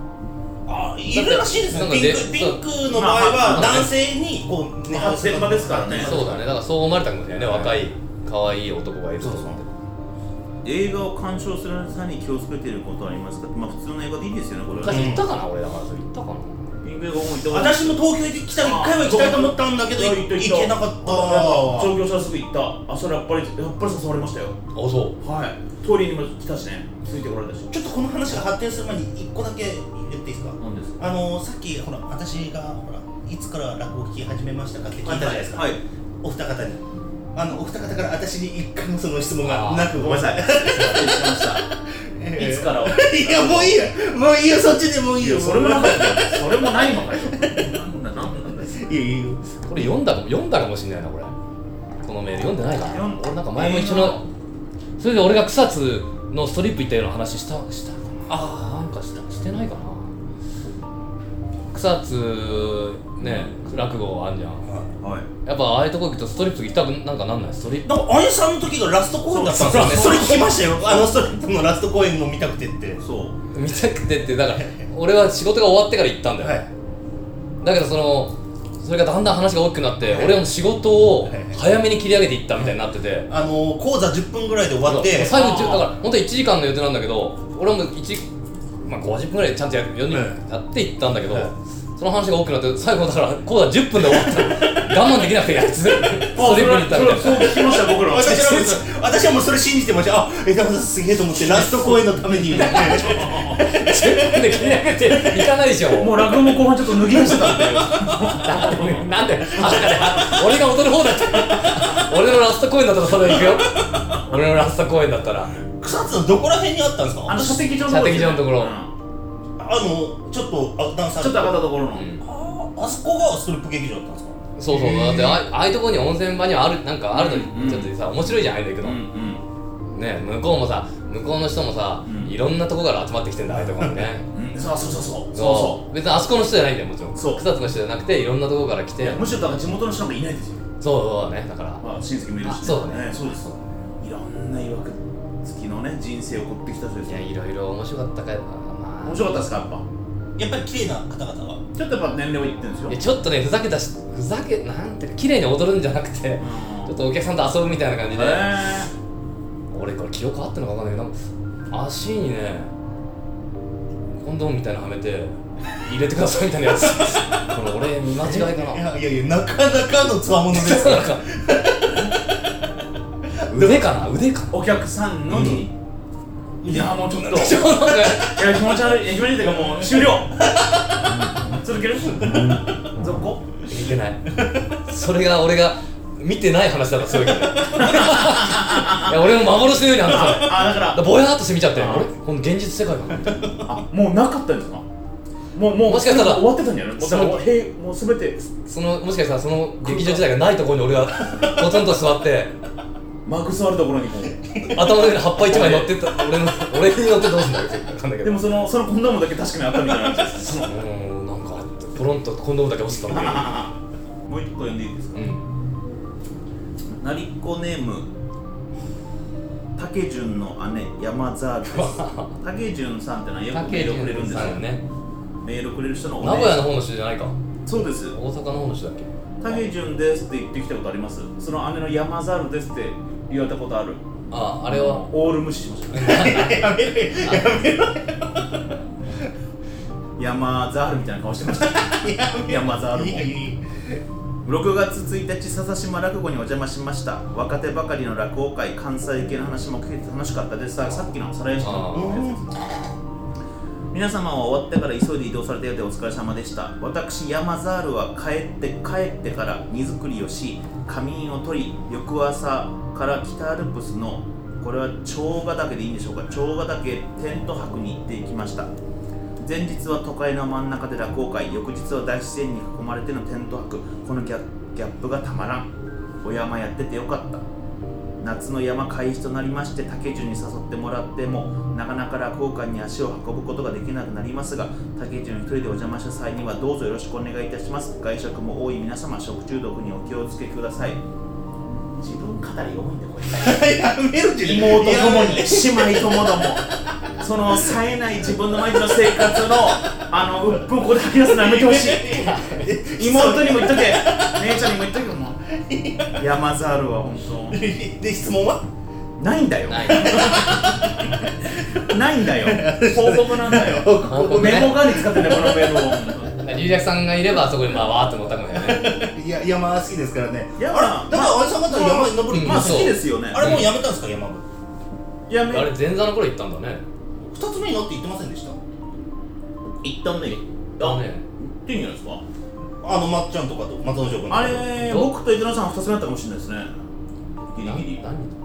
S1: あいるらしいです
S2: なん
S1: ね
S2: か
S1: ピ
S2: で
S1: ンクピンクの場合は
S2: まあ
S1: 男性にこうね
S3: あ現場ですからね
S2: そうだねだからそう思われたかもしれないね
S1: はい
S2: 若い可愛い男がいると思って
S3: 映画を鑑賞する際に気をつけていることはありますかまあ普通の映画でいいですよねこれは
S2: 昔行ったかな俺だからそれ行ったかな
S3: ピンク映画も行ったことない
S1: 私も東京行ってきた一回は行きたいと思ったんだけど行けなかった
S3: 上京したらすぐ行ったあそれやっぱりやっぱり誘われましたよ
S2: あそ
S3: はいトイレにも来たしねついてこられた
S1: ち
S3: し
S1: ょっとこの話が発展する前に一個だけ言っていいですか
S3: 何です
S1: あ
S3: か
S1: のさっきほら私がほらいつから落語を聞き始めましたかって聞いたじゃないですか、
S3: はい
S1: お二方にあのお二方から私に一回もその質問がなくごめんなさい
S3: 失礼しま した
S1: い
S3: いつから
S1: いやもういいよもういいよそっちでもういい
S3: い
S1: よ
S3: やそれもなかったよそれもないのかよなんだなんだなんだ
S1: いやいいよ
S2: うこれ読んだかも読んだかもしれないなこれこのメール読んでないかな
S3: 読ん
S2: 俺なんか前も一緒のそれで俺が草津のストリップ行ったような話したしたかなあなんかしたしてないかな草津ね落語あんじゃん
S3: はい
S2: やっぱああいうとこ行くとストリップ行きたくなんかなんないストリップ
S1: なんかあやさんの時がラスト公演だったんですよねそ
S3: そう
S1: れ聞きましたよあのストリップのラスト公演も見たくてって
S3: そう
S2: 見たくてってだから俺は仕事が終わってから行ったんだよ、
S1: はい
S2: だけどそのそれがだんだん話が大きくなって、俺も仕事を早めに切り上げていったみたいになってて、
S1: あの講座10分ぐらいで終わって
S2: 最後
S1: あ
S2: じゅだから本当は1時間の予定なんだけど俺も一まあ、50分ぐらいちゃんとや
S1: う
S2: 4人
S1: ん
S2: やっていったんだけど、
S1: はい
S2: その話が多くなって最後だからコーダ10分で終わった我慢できなくてやつストリップに行ったみたいな
S3: そう聞きました僕ら
S1: 私はもう私はもうそれ信じてましたあ枝田さんすげえと思ってラスト公演のため にみたいな
S2: 10分で切り上げていかないでしょ
S3: もう落語も後半ちょっと脱ぎ出してたんで
S2: なんで俺が踊る方だった俺のラスト公演だったらそれ行くよ俺のラスト公演だったら
S1: 草津のどこら辺にあったんですか
S3: あの射的場の
S2: 射的場のところ
S3: うん
S1: あのちょっとあ段差あ
S3: ちょ
S1: る
S3: っと上がったところの
S1: ああそこがストリップ劇場だったんですか
S2: そうそうだってあああいうところに温泉場にはあるなんかあるの
S3: うんうん
S2: にちょっとさ面白いじゃんああいうの行
S3: う
S2: く
S3: ん
S2: の、
S3: うん
S2: ね向こうもさ向こうの人もさ、
S3: うん
S2: いろんなとこから集まってきてんだああいうところにね
S3: うんそうそうそうそう
S2: そ
S3: そう
S2: 別にあそこの人じゃないんだよもちろん
S3: そう
S2: 草津の人じゃなくていろんなところから来
S3: うい
S2: て
S3: やむしろだから地元の人なんかいないですよ
S2: そうそうだねだから
S3: まあ親戚もいるし
S2: あそうだね
S3: そうですいろんないわくつきのね人生を送ってきた人です
S2: いや
S3: よ
S2: いろいろ面白かったかよまあ
S3: 面白かったですかやっぱ
S1: やっぱり綺麗な方々は
S3: ちょっとやっぱ年齢はいってんですよ
S2: いやちょっとねふざけたしふざけなんていうか綺麗に踊るんじゃなくて
S3: うん
S2: ちょっとお客さんと遊ぶみたいな感じで、
S3: へ
S2: 俺これ記憶あったのかわかんないけどなんか足にねコンドームみたいなのはめて入れてくださいみたいなや つこれ俺見間違いか
S1: い
S2: な
S1: やいやいやなかなかのつわものです
S2: なんか 腕かな腕かな
S3: ーお客さんのにいやもうちょっとい
S2: ちょっとなんか
S3: や気持ち悪いいや気持ち悪いっていうかもう終了続ける続行
S2: いけないそれが俺が見てない話だからすごいけ どいや俺も幻のようにあんだそれ
S3: あだか
S2: だから
S3: ら
S2: ぼやーっとして見ちゃって
S3: あ
S2: あれこの現実世界かな
S3: あもうなかったんですかもうもう
S2: もしかしたら
S3: 終わってたんじゃないもうだからもうへいもう全て
S2: そのもしかしたらその劇場時代がないところに俺はポツンと座って
S3: マークスあるところにこう
S2: 頭の上に葉っぱ一枚乗ってった俺の俺に乗ってどうすんだよって分かんない
S3: で
S2: けど
S3: もそのそのコンドームだけ確かにあったみたいな感じです
S2: うーんなんかポロンとコンドームだけ落ちてたんだ
S3: もう一個読んでいいですか
S2: けどうん
S3: なりっこネーム竹潤の姉山沢 です竹潤さんってのはよくメールくれるんですよ、
S2: ね
S3: メールくれる人のお
S2: 名
S3: 姉
S2: 古屋の方の人じゃないか
S3: そうです
S2: 大阪の方の人だっけ
S3: 竹潤ですって言ってきたことありますその姉の山猿ですって言われたことある
S2: あああれは
S3: オール無視しました
S1: やめろよやめろよ
S3: 山猿みたいな顔してました山猿も
S1: いやいやいや
S3: 6月1日笹島落語にお邪魔しました若手ばかりの落語会関西系の話も聞いて楽しかったですささっきの皿屋敷のやつです皆様は終わってから急いで移動されたようでお疲れ様でした私山ザールは帰って帰ってから荷造りをし仮眠を取り翌朝から北アルプスのこれは長ヶ岳でいいんでしょうか長ヶ岳テント泊に行っていきました前日は都会の真ん中で落語会翌日は大自然に囲まれてのテント泊このギャギャップがたまらんお山やっててよかった夏の山開始となりまして竹順に誘ってもらってもなかなか落語館に足を運ぶことができなくなりますが竹順一人でお邪魔した際にはどうぞよろしくお願いいたします外食も多い皆様食中毒にお気をつけください自分語り多いんだこれ
S1: やめろって
S3: 妹ともに姉妹ともどもその冴えない自分の毎日の生活のあのうっぷんここで吐き出すのやめてほしい妹にも言っとけ姉ちゃんにも言っとけもう山猿は本
S1: で質問は
S3: 当ないんだよ
S2: ない
S3: ないんだよ報告なんだよ
S2: 報告ね
S3: メモ代わりに使ってねこのメールを
S2: 龍尺さんがいればあそこにまあわーって乗ったかもしれないね
S1: いや山好きですからね
S3: 山
S1: あれだからあれさん方山に登り
S3: まあ
S2: うん
S3: 好きですよね
S1: あれもうやめたんですか山部
S3: やめ
S2: あれ前座の頃行ったんだね
S1: 二つ目になって言ってませんでした
S3: 一旦ね
S2: あ
S3: あ
S2: ね
S3: 言っていいんじゃないですか
S1: あのまっちゃんとかと松之丞君とか
S3: あれ
S2: ど
S3: 僕と池田さんは2つ目だったかもしれないですねギ
S2: な
S3: リ
S2: 何
S3: ギリ
S2: 行ったんだ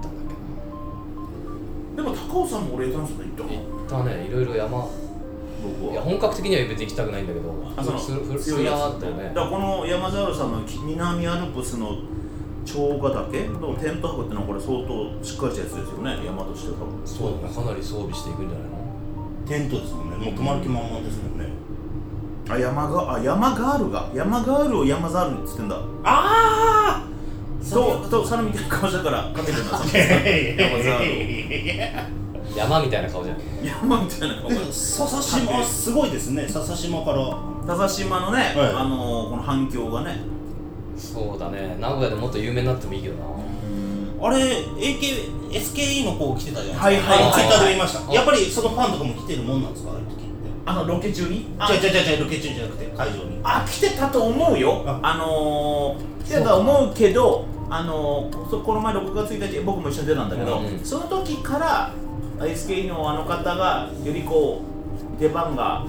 S2: っ
S3: でも高尾さんも俺江田さんと行ったか
S2: けな行ったねいろいろ山
S3: 僕
S2: い
S3: は
S2: や本格的には別に行きたくないんだけど
S3: あその
S2: ふふ
S3: 強
S2: ふ
S3: いや
S2: ら
S3: つ
S2: ーっとね
S3: だからこの山猿さんの南アルプスの長ヶ岳のテント泊ってのはこれ相当しっかりしたやつですよね山として多分
S2: そうだねかなり装備していくんじゃないの
S1: テントですもんねもう泊まる気満々ですもんね
S3: あ山があ山ガールが山ガールを山猿にっつってんだ
S1: ああ
S3: そうと猿みたいな顔したからかけてる な山猿を
S2: 山みたいな顔じゃん
S3: 山みたいな顔が
S1: 笹島すごいですね笹島から
S3: 笹島のね、
S1: はい
S3: あのーこの反響がね
S2: そうだね名古屋でもっと有名になってもいいけどな
S1: あれ AK SKE の子来てたじゃな
S3: はいい
S1: ですかあ
S3: はい
S1: の
S3: はい
S1: ツイッターで見ました
S2: はい
S1: やっぱりそのファンとかも来てるもんなんですかああいう時って
S3: あのロケ中にあ
S1: じゃあじゃあじゃあじゃあロケ中じゃなくて会場に
S3: 飽きてたと思うよ
S1: あ
S3: あのー、来てたと思うけどあのー、そこの前6月1日僕も一緒に出たんだけど、
S2: うん
S3: その時から SKE のあの方がよりこう出番が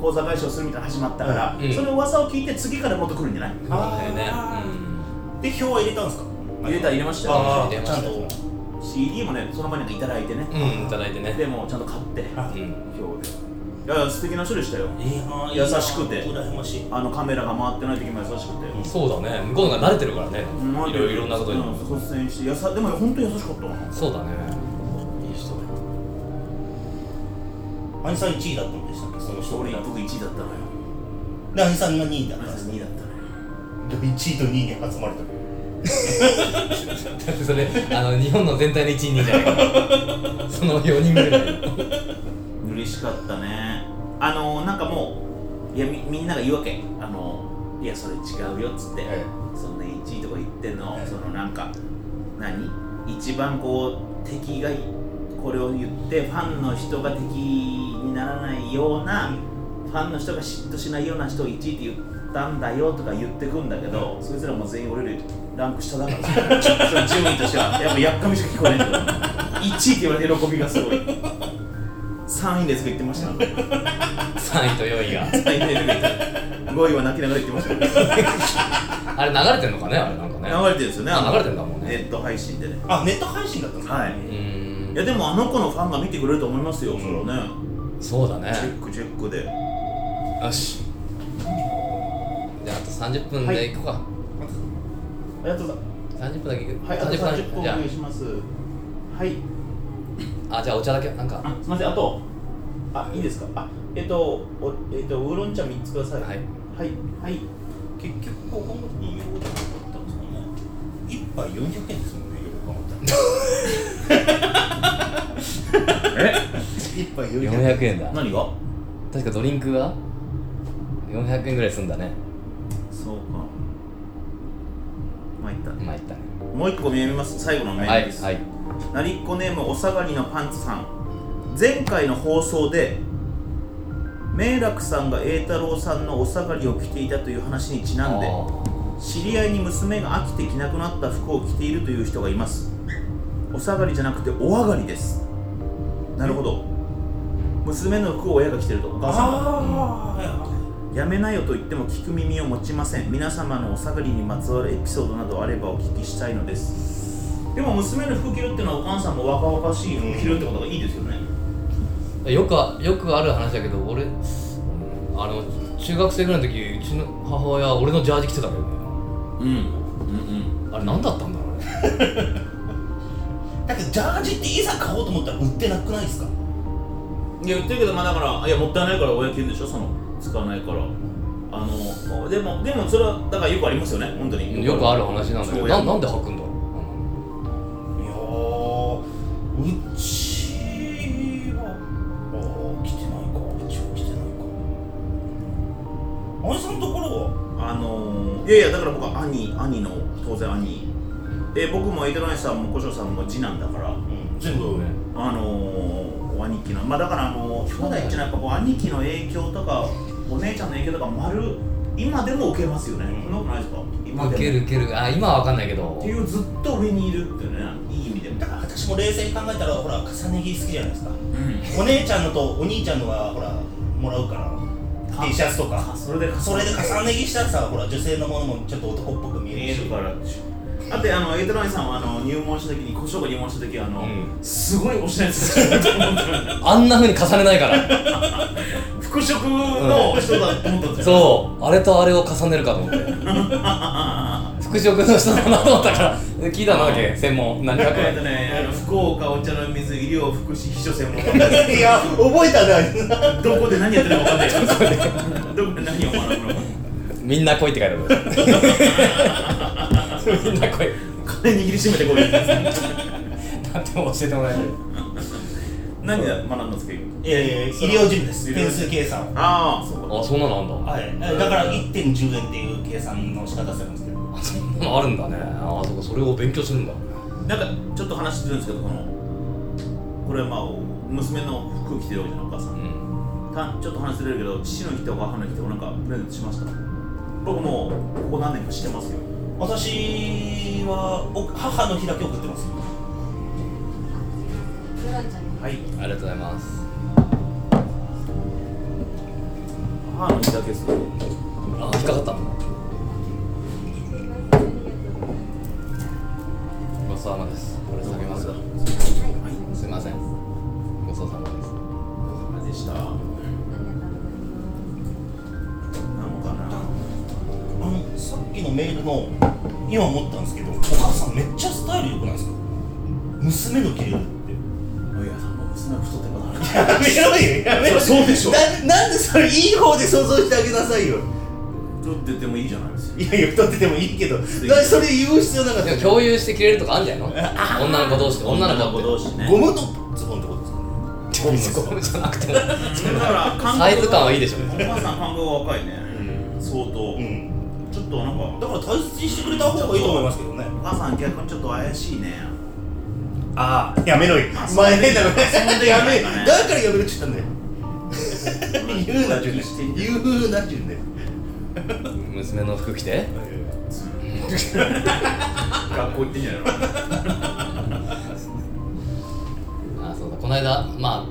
S3: 講座解消するみたいなの始まったから、
S2: うん
S3: その噂を聞いて次からもっと来るんじゃない
S2: そうだよね
S1: あ
S2: うん
S1: で票は入れたんですか
S3: 入れた入れましたよ
S1: あ
S2: 入れ
S1: あ
S2: ま
S1: ち
S2: し
S1: ゃ
S2: た
S1: んと
S3: CD もねその前にいただいてね、
S2: うんいただいてね
S3: でもちゃんと買って
S1: あ
S2: うん
S3: 今日でいやいや素敵な人でしたよ
S1: い
S3: 優しくて
S1: 羨ましい
S3: あのカメラが回ってない時も優しくて、
S2: そうだね向こうのが慣れてるからね
S3: うん
S2: いろいろなことに
S3: うん率先してやさでも本当に優しかったな
S2: そうだねいい人だよ
S1: 兄さん1位だったんでしたっけその人
S3: 俺僕1位だったのよ
S1: で兄さんが2位だったんです
S3: 2位だったの
S1: 1
S3: よ
S1: 位と2位に挟まれた
S2: だってそれあの日本の全体の1位2位じゃないかその4人ぐらい
S3: 嬉しかったねあのなんかもういやみみんなが言うわけあのいやそれ違うよっつって、
S1: え
S3: そんな1位とか言ってんの、
S1: ええ
S3: そのなんか何一番こう敵がこれを言ってファンの人が敵にならないような、ファンの人が嫉妬しないような人を1位って言ったんだよとか言ってくんだけど、そいつらも全員俺よりランク下だからその順位としてはやっぱやっかみしか聞こえないんだよ1位って言われて喜びがすごい3位ですとか言ってました3
S2: 3位と4位が
S3: 位ですとか言って5位は泣きながら言ってました
S2: あれ流れてんのかねあれなんかね
S3: 流れてるんですよね
S2: あ流れてんだもんね
S3: ネット配信でね
S1: あネット配信だったんですか
S3: はい
S2: うん
S3: いやでもあの子のファンが見てくれると思いますよ、それはね
S2: そうだね
S3: チェックチェックで
S2: よしじゃああと30分で行こうか、
S3: ありがとうござい
S2: 30分だけ行く、
S3: ますはいあと30分お
S2: じゃ
S3: 願いしますはい
S2: ああじゃあお茶だけなんかは
S3: あすみませんあとあいいですかあえっとおえっとウーロン茶3つください
S2: い
S3: はいはい
S1: 結局ここも飲み放題だったんですかね一杯杯400円ですもんねよく考え
S3: え
S5: 一杯400
S2: 400円だ
S1: たら何が
S2: 確かドリンクが400円ぐらいすんだね
S3: そうかまあいったね
S2: まあいったね
S3: もう一個読みます最後のメ
S2: は
S3: ール
S2: い
S3: です、
S2: はい
S3: なりっこネームお下がりのパンツさん前回の放送で明楽さんが栄太郎さんのお下がりを着ていたという話にちなんで
S2: あー
S3: 知り合いに娘が飽きて着なくなった服を着ているという人がいますお下がりじゃなくてお上がりですなるほど娘の服を親が着てるとお母さんが
S1: あ
S3: やめなよと言っても聞く耳を持ちません皆様のお下がりにまつわるエピソードなどあればお聞きしたいのですでも娘の服着るってのはお母さんも若々しい服着るってことがいいですよね、
S2: よくあよくある話だけど俺あの中学生ぐらいの時うちの母親俺のジャージ着てたけどね
S1: うんうんうん
S2: あれ何だったんだろうね
S1: だけどジャージっていざ買おうと思ったら売ってなくないですか
S3: いや言ってるけどまあだからいやもったいないから親着るんでしょその使わないからあのでもでもそれはだからよくありますよね本当 に
S2: よくある話なんだけど
S3: そう
S2: な
S3: や
S2: なんで履くんだろ
S1: いやーうちはあー来てないかうちは来てないかあいさんのところは
S3: あのー、いやいやだから僕は兄兄の当然兄で僕もエイトラインさんも古書さんも次男だから
S1: 全部
S3: あのー、兄貴のまあだからあのー、兄弟っていうのはやっぱこう兄貴の影響とかお姉ちゃんの影響とか丸今でも受けますよね、そんなことないですか
S2: う
S3: 今
S2: な
S3: でも
S2: ウケるウケるあ今は分かんないけど
S3: っていうずっと上にいるっていうねいい意味でも
S1: だから私も冷静に考えたらほら重ね着好きじゃないです か
S3: うん
S1: お姉ちゃんのとお兄ちゃんのはほらもらうから
S3: あ
S1: T シャツとか
S3: あそれで
S1: それで重ね着したらさほら女性のものもちょっと男っぽく見
S3: 見
S1: え
S3: え
S1: るし
S3: るからだってあのエイトラインさんはあの入門した時に古書が入門した時あの、
S2: う
S3: すごいおしゃれですよ
S2: あんなふうに重ねないから
S3: 服飾の人だと思ったんですよ
S2: そうあれとあれを重ねるかと思って服飾の人だなと思ったから 聞いたのだっけ専門何学
S3: えっと
S2: 年
S3: ね、あの福岡お茶の水医療福祉秘書専門
S1: いや覚えたな
S3: どこで何やってるか分かんないよどこで何を学ぶのか
S2: みんな来いって書いてある みんな来い
S3: 金握りしめてこい
S2: なんても教えてもらえる
S3: 何で学んだんですか今
S1: いやいや医療事務です点数計算
S3: ああそうか
S2: あそんなのあんだ
S1: はい、だから1.10円っていう計算の仕方するんですけど
S2: あそんな のあるんだねあそうかそれを勉強するんだ
S3: なんかちょっと話してるんですけどこのこれまあ娘の服着てるわけじゃんお母さ
S2: うんん
S3: たちょっと話ずれるけど父の日とか母の日とかなんかプレゼントしました僕もうここ何年かしてますよ
S1: 私はお母の日だけ送ってます
S4: ブランちゃんに
S3: はい
S2: ありがとうございます
S3: 母の日だけですけど
S2: あ引っかかったごちそうさまですこれ下げますすいませんごちそうさまです
S3: あれでしたなんかな
S1: あのさっきのメールの今思ったんですけどお母さんめっちゃスタイル良くないですか娘の着れるって
S3: おやさんも娘は太ってこな
S1: や
S3: い
S1: めろよやめろよ
S3: そうでしょ
S1: ななんでそれいい方で想像してあげなさいよ
S3: 太っててもいいじゃないですか
S1: いやいや太っててもいいけどだからそれ言う必要なかった
S2: でも共有してくれるとかあるんじゃないの女の子同士で女の子って
S3: 同士ね
S1: ゴムとズボンってことですかゴムの
S2: ゴムじゃなくても
S3: だから韓国
S2: サイズ感はいいでしょ
S3: お母さん韓国は若いね、相当、
S1: うん
S3: ちょっとなん
S1: だ
S3: か
S1: から大切にしてくれた方がいいと思いますけどね
S3: お母さん逆にちょっと怪しいね
S1: ああやめろよ
S3: あ
S1: 前変だろ
S3: そんで
S1: やめ
S3: やめない
S1: だからやめろって言ったんだよ言うな順で
S3: してんじゃ
S1: 言うな順で
S2: 娘の服着て
S3: ん学校行ってんじゃないの
S2: あそうだこの間ま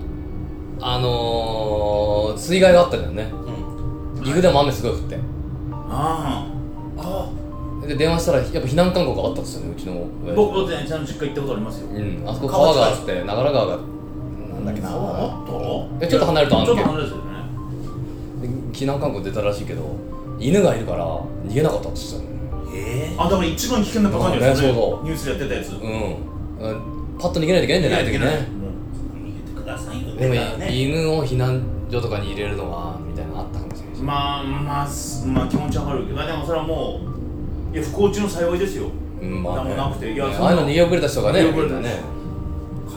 S2: ああのー、水害があったんだよね岐阜でも雨すごい降って
S3: あ
S1: あ
S2: で電話したらやっぱ避難勧告があったんですよねうちの
S3: あ
S2: 親父
S3: 僕だってちゃんと実家行ったことありますよ
S2: うん、あそこ川があって長良川がなんだっけな
S1: あ
S3: お
S2: えちょっと離れた
S3: ちょっと
S2: あの
S3: 離れてるよね
S2: で避難勧告出たらしいけど犬がいるから逃げなかったって言って
S1: え
S3: あだから一番危険なパターンです
S2: そう
S3: ね
S2: ねそうそう
S3: ニュースでやってたやつ、
S2: たのうんパッと逃げないといけないんだよねあの時ね
S1: え逃げてくださいよ
S2: でも、
S1: だからね
S2: 犬を避難所とかに入れるのはみたいなのあったかもしれないし、
S3: まあまあすまあ気持ちわかるけどまあでもそれはもういや不幸中の幸いですよ
S2: ううんまあ
S3: 何
S2: ね
S3: もなくていやそん
S2: あ
S3: な
S2: あいうの逃げ遅れた人がね
S3: 逃げ遅れ
S2: み
S3: た
S2: んなね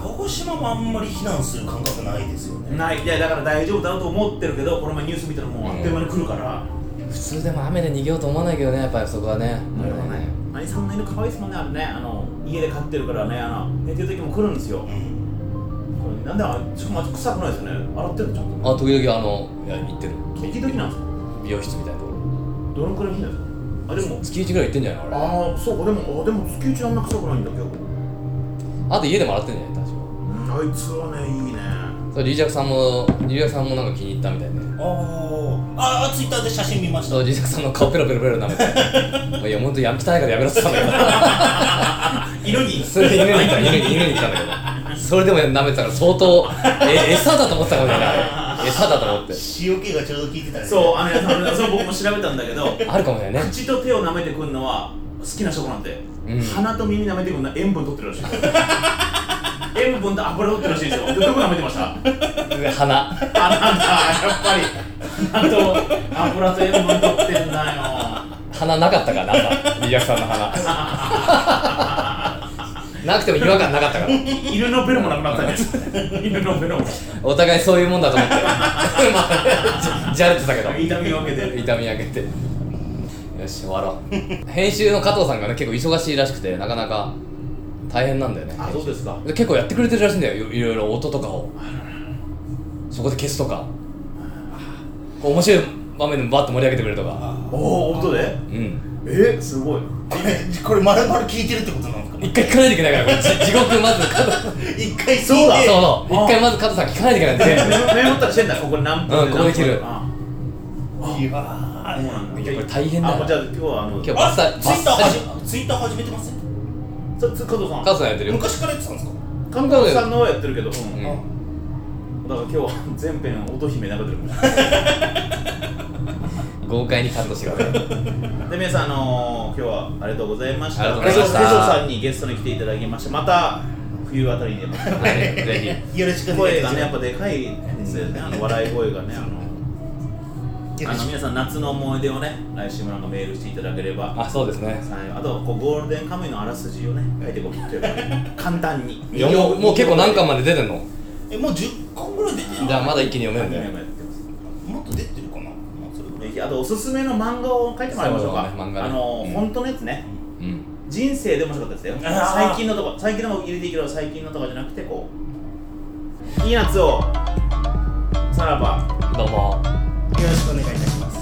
S6: 鹿児島もあんまり避難する感覚ないですよね
S3: ないいやだから大丈夫だなと思ってるけどこの前ニュース見たらもうあっという間に来るから、
S2: 普通でも雨で逃げようと思わないけどねやっぱりそこはね
S3: なるほどね何さんの犬可愛いですもんねあれねあの家で飼ってるからねあの寝てる時も来るんですよこ
S6: うん
S3: れなんであしかもあいつ臭くないですよね洗ってるのちゃん
S2: あ時々あのいや行ってる
S3: と時々なんですか
S2: 美容室みたいなとこ
S3: どのくらい来ないんですかあでも
S2: 月1ぐらい行ってんじゃないのあれ
S3: ああそうかでもあでも月一あんな臭くないんだけど
S2: あと家でも洗ってんじゃない確か
S3: あいつはねいいね
S2: それリージャクさんもリージャクさんもなんか気に入ったみたいね
S6: あああツイッターで写真見ました
S2: そうリージャクさんの顔ペロペロペロ舐めてもういや本当やめたいからやめろって言ったんだ
S3: 色に
S2: けどそれで犬に行った犬に犬に行ったんだけどそれでも舐めてたから相当え餌だと思ってたかもしれないあれ餌だと思って
S1: 塩気がちょうど効いてたね
S3: そうあのあのそう僕も調べたんだけど
S2: あるかもしれないね
S3: 口と手を舐めてくんのは好きな人なんで、
S2: うん
S3: 鼻と耳舐めてくんのは塩分取ってるらしい 塩分と油取ってるらしいんですよでどこ舐めてました
S2: で鼻
S3: あなんだやっぱりあと油と塩分取ってんだよ
S2: 鼻なかったからなんかリージャクさんの鼻なくても違和感なかったから
S3: い犬のベロもなくなったね犬のベロも
S2: お互いそういうもんだと思って まあじゃれてたけど
S3: 痛み分けて
S2: 痛み上げてよし終わろう編集の加藤さんがね結構忙しいらしくてなかなか大変なんだよね
S3: あそうですか
S2: で結構やってくれてるらしいんだよいいろいろ音とかをそこで消すとかこう面白い場面でもバッと盛り上げてくれるとか
S3: おお音で
S2: うん
S3: えすごい
S6: え これまるまる聞いてるってことなんですか
S2: 一回聞かないといけないからこれ地地獄まず加藤
S1: 一回聞いて
S2: そうそう
S3: あ
S2: 一回まず加藤さん聞かないといけないんで全部
S3: メモメモったりしてんだここ何分
S2: うんここで切る
S3: あ
S6: いやー
S3: そうなんだ
S2: いやこれ大変だ
S3: あもうじゃあ今日はあの
S2: 今日
S6: あ
S2: バッサリ
S6: ツイッター
S2: バッサ
S6: はじツイッター始めてます
S3: そ加藤さん
S2: 加藤さんやってるよ
S6: 昔からやってたんですか
S3: 加藤さんのはやってるけど、うん
S2: うん
S3: だから今日は全編音姫流れてるかもしれない
S2: 豪快にカットしてください
S3: で皆さん、あのー今日はありがとうございました。
S2: ありがとうございました
S3: 手相さんにゲストに来ていただきまして、また冬あたりにでも
S2: はいぜ
S1: よろしくお願い
S3: 声
S1: します
S3: がね、やっぱでかいですよね、あの笑い声がね。あの
S1: よ
S3: あ
S1: ろし
S3: の
S1: く
S3: 皆さん、夏の思い出をね、来週もなんかメールしていただければ、
S2: ひあそうですね
S3: はいあとこうゴールデンカムイのあらすじをね、書いてこうっていうか 簡単に。
S2: いやもうもう結構何巻まで出てんの
S6: えもう10巻ぐらい出てる
S2: じゃあまだ一気に読め
S3: 読
S2: るん
S3: め
S2: だ
S3: や
S2: よ
S3: ってます
S6: もっと出てるかなまあそれぐらい
S3: あとおすすめの漫画を書いてもらいましょうか。
S2: そうね漫画ね
S3: あのー
S2: うん
S3: 本当のやつね。
S2: うん
S3: 人生で面白かったですよ
S6: あー
S3: 最近のとこ最近のも入れていいけど最近のとかじゃなくてこういい夏をさらば
S2: どうも
S6: よろしくお願いいたします